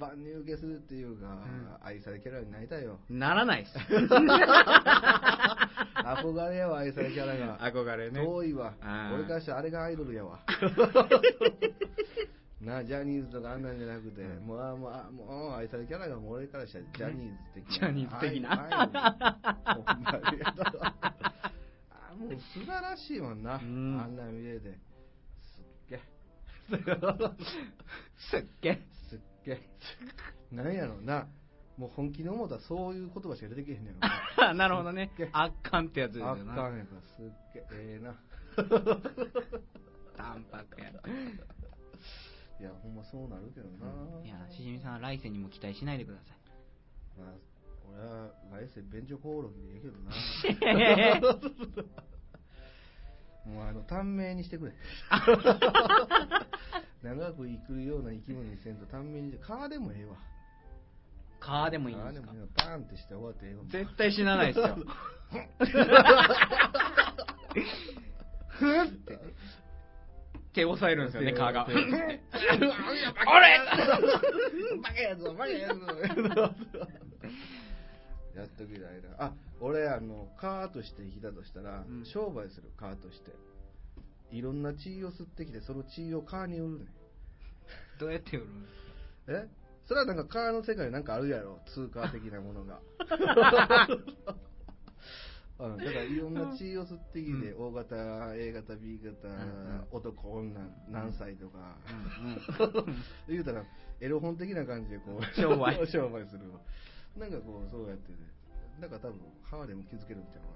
[SPEAKER 2] 万人受けするっていうか、
[SPEAKER 3] ん
[SPEAKER 2] 愛されキャラになりたいよ
[SPEAKER 3] ならないっす。
[SPEAKER 2] 憧れやわ愛されキャラ が
[SPEAKER 3] 憧れね。
[SPEAKER 2] 遠いわ
[SPEAKER 3] あー
[SPEAKER 2] 俺からしたらあれがアイドルや わなあジャニーズとかあんなんじゃなくて、
[SPEAKER 3] うん
[SPEAKER 2] もうあもうあもう愛されキャラがもう俺からしたらジャニーズ的な
[SPEAKER 3] ジャニーズ的
[SPEAKER 2] なほんまにあもう素晴らしいもんな、
[SPEAKER 3] うん
[SPEAKER 2] あんなん見れてすっげえ
[SPEAKER 3] すっげ。
[SPEAKER 2] すっげえなんやろなもう本気に思ったらそういう言葉しか出てけへんねやろな
[SPEAKER 3] なるほどね
[SPEAKER 2] すっげえ。
[SPEAKER 3] 圧巻ってやつです
[SPEAKER 2] あ
[SPEAKER 3] よ
[SPEAKER 2] っ
[SPEAKER 3] な。
[SPEAKER 2] かんやからすっげええ えな
[SPEAKER 3] 淡白や。
[SPEAKER 2] いやほんまそうなるけどな、
[SPEAKER 3] いや、しじみさんは来世にも期待しないでください。
[SPEAKER 2] まあ、俺は来世便所コオロギでいいけどな もうあの短命にしてくれ長く生きるような生き物にせんと短命にして川でもええわ
[SPEAKER 3] カーでもいいん
[SPEAKER 2] 川
[SPEAKER 3] で
[SPEAKER 2] ですもえ
[SPEAKER 3] か
[SPEAKER 2] えわバーンってして終わってええわ
[SPEAKER 3] 絶対死なないっ すよ。 ふんって。手押さえるんですよね、カーが。
[SPEAKER 2] 手を
[SPEAKER 3] ふんって
[SPEAKER 2] あれバカやぞバカやぞやっときたいなあ俺あのカーとして生きたとしたら、
[SPEAKER 3] うん
[SPEAKER 2] 商売するカーとしていろんな血を吸ってきてその血をカーに売るねん
[SPEAKER 3] どうやって売るん
[SPEAKER 2] えそれはなんか川の世界になんかあるやろ通貨的なもの がうん、だからいろんな血を吸ってきて、
[SPEAKER 3] う
[SPEAKER 2] O 型 A 型 B 型、
[SPEAKER 3] ん
[SPEAKER 2] 男女何歳とか、
[SPEAKER 3] うんうん
[SPEAKER 2] 言うたらエロ本的な感じでこう
[SPEAKER 3] 商売
[SPEAKER 2] 商売するわなんかこうそうやってねなんか多分川でも気づけるんちゃうかな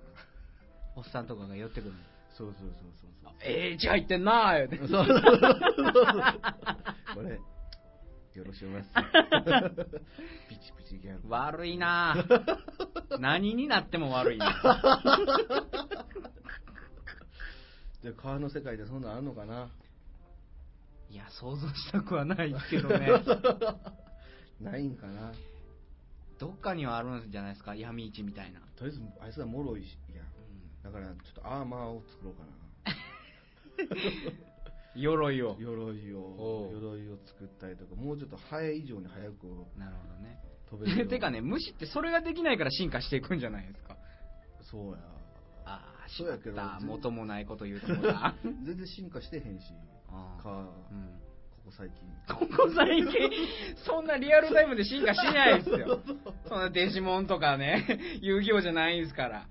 [SPEAKER 3] おっさんとかが寄ってくるの
[SPEAKER 2] そうそうそうそうそう
[SPEAKER 3] ええ、血入ってんなー言うて
[SPEAKER 2] そうそうそうそう。これ、よろしおます。ピチピチギャグ。
[SPEAKER 3] 悪いな ぁ何になっても悪いな
[SPEAKER 2] で、川の世界でそんなんあんのかな
[SPEAKER 3] いや想像したくはないけどね
[SPEAKER 2] ないんかな
[SPEAKER 3] どっかにはあるんじゃないですか闇市みたいな、
[SPEAKER 2] とりあえず、あいつはもろいし、いや。だから、ちょっとアーマーを作ろうかな。
[SPEAKER 3] うん、鎧を
[SPEAKER 2] 鎧を
[SPEAKER 3] お、う
[SPEAKER 2] 鎧を作ったりとか、もうちょっとハエ以上に早く
[SPEAKER 3] なるほどね
[SPEAKER 2] 飛べるよう
[SPEAKER 3] てかね、虫ってそれができないから進化していくんじゃないですか
[SPEAKER 2] そうや。
[SPEAKER 3] ああし
[SPEAKER 2] そう
[SPEAKER 3] ま
[SPEAKER 2] や
[SPEAKER 3] っ
[SPEAKER 2] けど
[SPEAKER 3] た
[SPEAKER 2] 全
[SPEAKER 3] 元もないこと言うと思った
[SPEAKER 2] 全然進化してへんし、
[SPEAKER 3] ああ
[SPEAKER 2] か、
[SPEAKER 3] うん
[SPEAKER 2] ここ最近。
[SPEAKER 3] ここ最近 そんなリアルタイムで進化しないですよそんなデジモンとかね 遊戯王じゃないんですから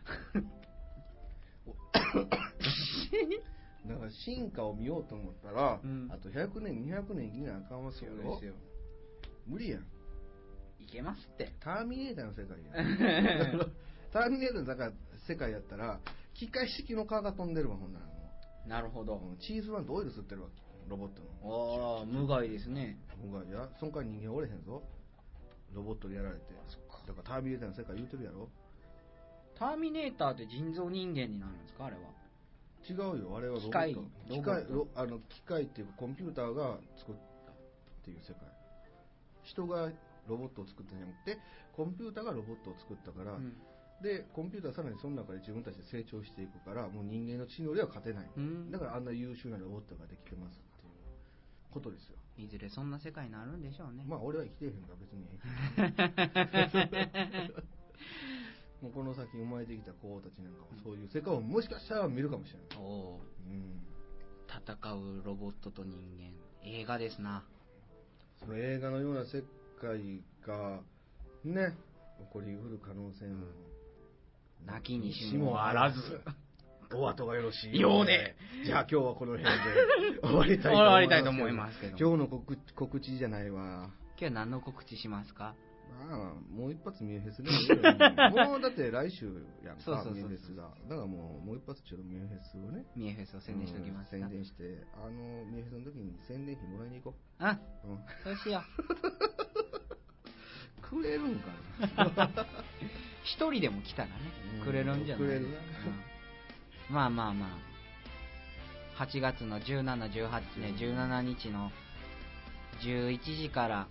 [SPEAKER 2] だから進化を見ようと思ったら、
[SPEAKER 3] うん
[SPEAKER 2] あと100年、200年生きなあかんわけよ。無理やん。
[SPEAKER 3] いけますって
[SPEAKER 2] ターミネーターの世界や ん。ターミネーターのだから世界やったら、機械式のカーが飛んでるわ、ほんならも
[SPEAKER 3] なるほど
[SPEAKER 2] う。チーズワンとオイル吸ってるわ、ロボットの。
[SPEAKER 3] ああ無害ですね
[SPEAKER 2] 僕は、いや、その間人間おれへんぞ。ロボットにやられて。だからターミネーターの世界言うてるやろ。
[SPEAKER 3] ターミネーターって人造人間になるんですかあれは
[SPEAKER 2] 違うよ、あれはロボット。
[SPEAKER 3] 機械
[SPEAKER 2] 機械
[SPEAKER 3] ロボット
[SPEAKER 2] ロあの機械っていうか、コンピューターが作ったっていう世界。人がロボットを作ったんじゃなくて、コンピューターがロボットを作ったから、
[SPEAKER 3] うん
[SPEAKER 2] で、コンピューターはさらにその中で自分たちで成長していくから、もう人間の知能では勝てない。
[SPEAKER 3] うん
[SPEAKER 2] だからあんな優秀なロボットができてますっていうことですよ。
[SPEAKER 3] いずれそんな世界になるんでしょうね
[SPEAKER 2] まあ、俺は生きてへんから別に。 もうこの先生まれてきた子たちなんかは、そういう世界をもしかしたら見るかもしれない。
[SPEAKER 3] おお
[SPEAKER 2] うん。
[SPEAKER 3] 戦うロボットと人間映画ですな
[SPEAKER 2] その映画のような世界が、ね、起こりうる可能性も。
[SPEAKER 3] 泣きにしも あらず。
[SPEAKER 2] お後がよろしい
[SPEAKER 3] ようで
[SPEAKER 2] じゃあ今日はこ の辺で終わりたいと思いますけど。
[SPEAKER 3] 終わりたいと思いますけど
[SPEAKER 2] 今日の告告知じゃないわ。
[SPEAKER 3] 今日何の告知しますか
[SPEAKER 2] まあ、もう一発ミューフェス が、ね、もうだって来週やんか、
[SPEAKER 3] そうそうそうそう
[SPEAKER 2] ミューフェスが。だからもう、もう一発ちょっとミューフェスをね、
[SPEAKER 3] ミエフェスを宣伝しておきます
[SPEAKER 2] うん
[SPEAKER 3] か
[SPEAKER 2] 宣伝して、あの、ミューフェスの時に宣伝費もらいに行こ
[SPEAKER 3] あ
[SPEAKER 2] う。うん
[SPEAKER 3] そうしよう
[SPEAKER 2] くれるんかな
[SPEAKER 3] 一人でも来たらね
[SPEAKER 2] うん
[SPEAKER 3] くれるんじゃない
[SPEAKER 2] くれるな
[SPEAKER 3] うんまあまあまあ8月の1718ね17日の11時から、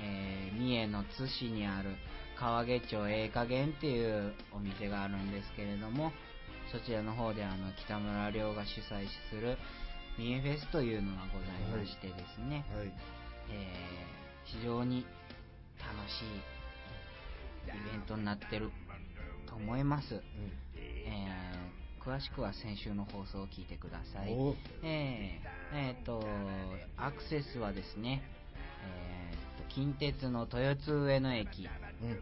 [SPEAKER 3] えー三重の津市にある川毛町ええ加減っていうお店があるんですけれどもそちらの方であの北村亮が主催する三重フェスというのがございましてですね、
[SPEAKER 2] はい。
[SPEAKER 3] えー非常に楽しいイベントになってると思います、えー詳しくは先週の放送を聞いてください
[SPEAKER 2] お
[SPEAKER 3] えーえーとアクセスはですね、えーと近鉄の豊津上野駅
[SPEAKER 2] うん。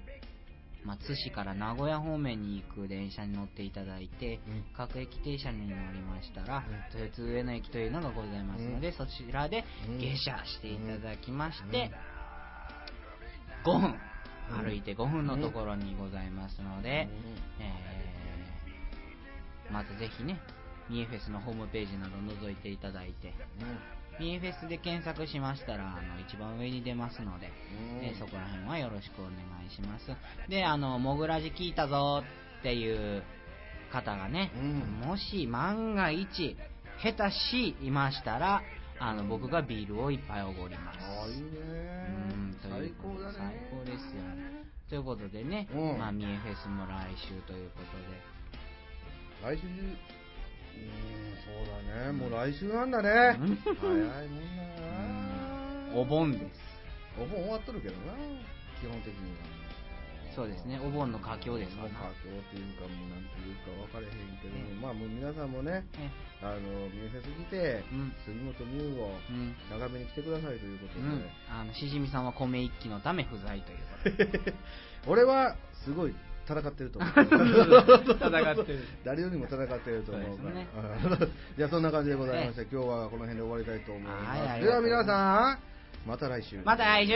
[SPEAKER 3] 松市から名古屋方面に行く電車に乗っていただいて、
[SPEAKER 2] うん
[SPEAKER 3] 各駅停車に乗りましたら、
[SPEAKER 2] うん
[SPEAKER 3] 豊津上野駅というのがございますので、
[SPEAKER 2] うん
[SPEAKER 3] そちらで
[SPEAKER 2] うん
[SPEAKER 3] 下車していただきまして、5分
[SPEAKER 2] うん
[SPEAKER 3] 歩いて5分のところにございますので、
[SPEAKER 2] う
[SPEAKER 3] えーまずぜひねミエフェスのホームページなど覗いていただいてミエフェスで検索しましたらあの一番上に出ますので、
[SPEAKER 2] うん
[SPEAKER 3] えーそこら辺はよろしくお願いしますであの「モグラジ聞いたぞ」っていう方がね、
[SPEAKER 2] うん
[SPEAKER 3] もし万が一下手しいましたらあの僕がビールをいっぱいおごります
[SPEAKER 2] ああ、いいね
[SPEAKER 3] うんとい
[SPEAKER 2] 最
[SPEAKER 3] うこ
[SPEAKER 2] 高
[SPEAKER 3] とで
[SPEAKER 2] だね。
[SPEAKER 3] 最高ですよということでね、
[SPEAKER 2] うん
[SPEAKER 3] まあ、ミエフェスも来週ということで
[SPEAKER 2] 来週中、うーん、そうだね。もう来週なんだね。
[SPEAKER 3] うん
[SPEAKER 2] 早いもんだな、
[SPEAKER 3] お。盆です
[SPEAKER 2] お盆終わっとるけどな、基本的には。
[SPEAKER 3] そうですねお盆の佳境ですわ
[SPEAKER 2] ね。
[SPEAKER 3] な
[SPEAKER 2] 佳境っていうか、もうなんていうか分かれへんけども、
[SPEAKER 3] ええ
[SPEAKER 2] まあもう皆さんもね、
[SPEAKER 3] ね
[SPEAKER 2] あの、ミューフェス来て、
[SPEAKER 3] うん
[SPEAKER 2] 杉本美優を
[SPEAKER 3] うん
[SPEAKER 2] 長めに来てくださいということ
[SPEAKER 3] う
[SPEAKER 2] で、
[SPEAKER 3] ん、あのしじみさんは米一揆のため不在ということで
[SPEAKER 2] 俺はすごい戦ってると思う
[SPEAKER 3] 戦ってる
[SPEAKER 2] 誰よりも戦ってると思うから
[SPEAKER 3] そうですね
[SPEAKER 2] うんじゃあそんな感じでございまして、今日はこの辺で終わりたいと思います、
[SPEAKER 3] はいあり
[SPEAKER 2] で
[SPEAKER 3] が
[SPEAKER 2] は
[SPEAKER 3] とうご
[SPEAKER 2] 皆
[SPEAKER 3] ざいます
[SPEAKER 2] さんまた来週
[SPEAKER 3] また来週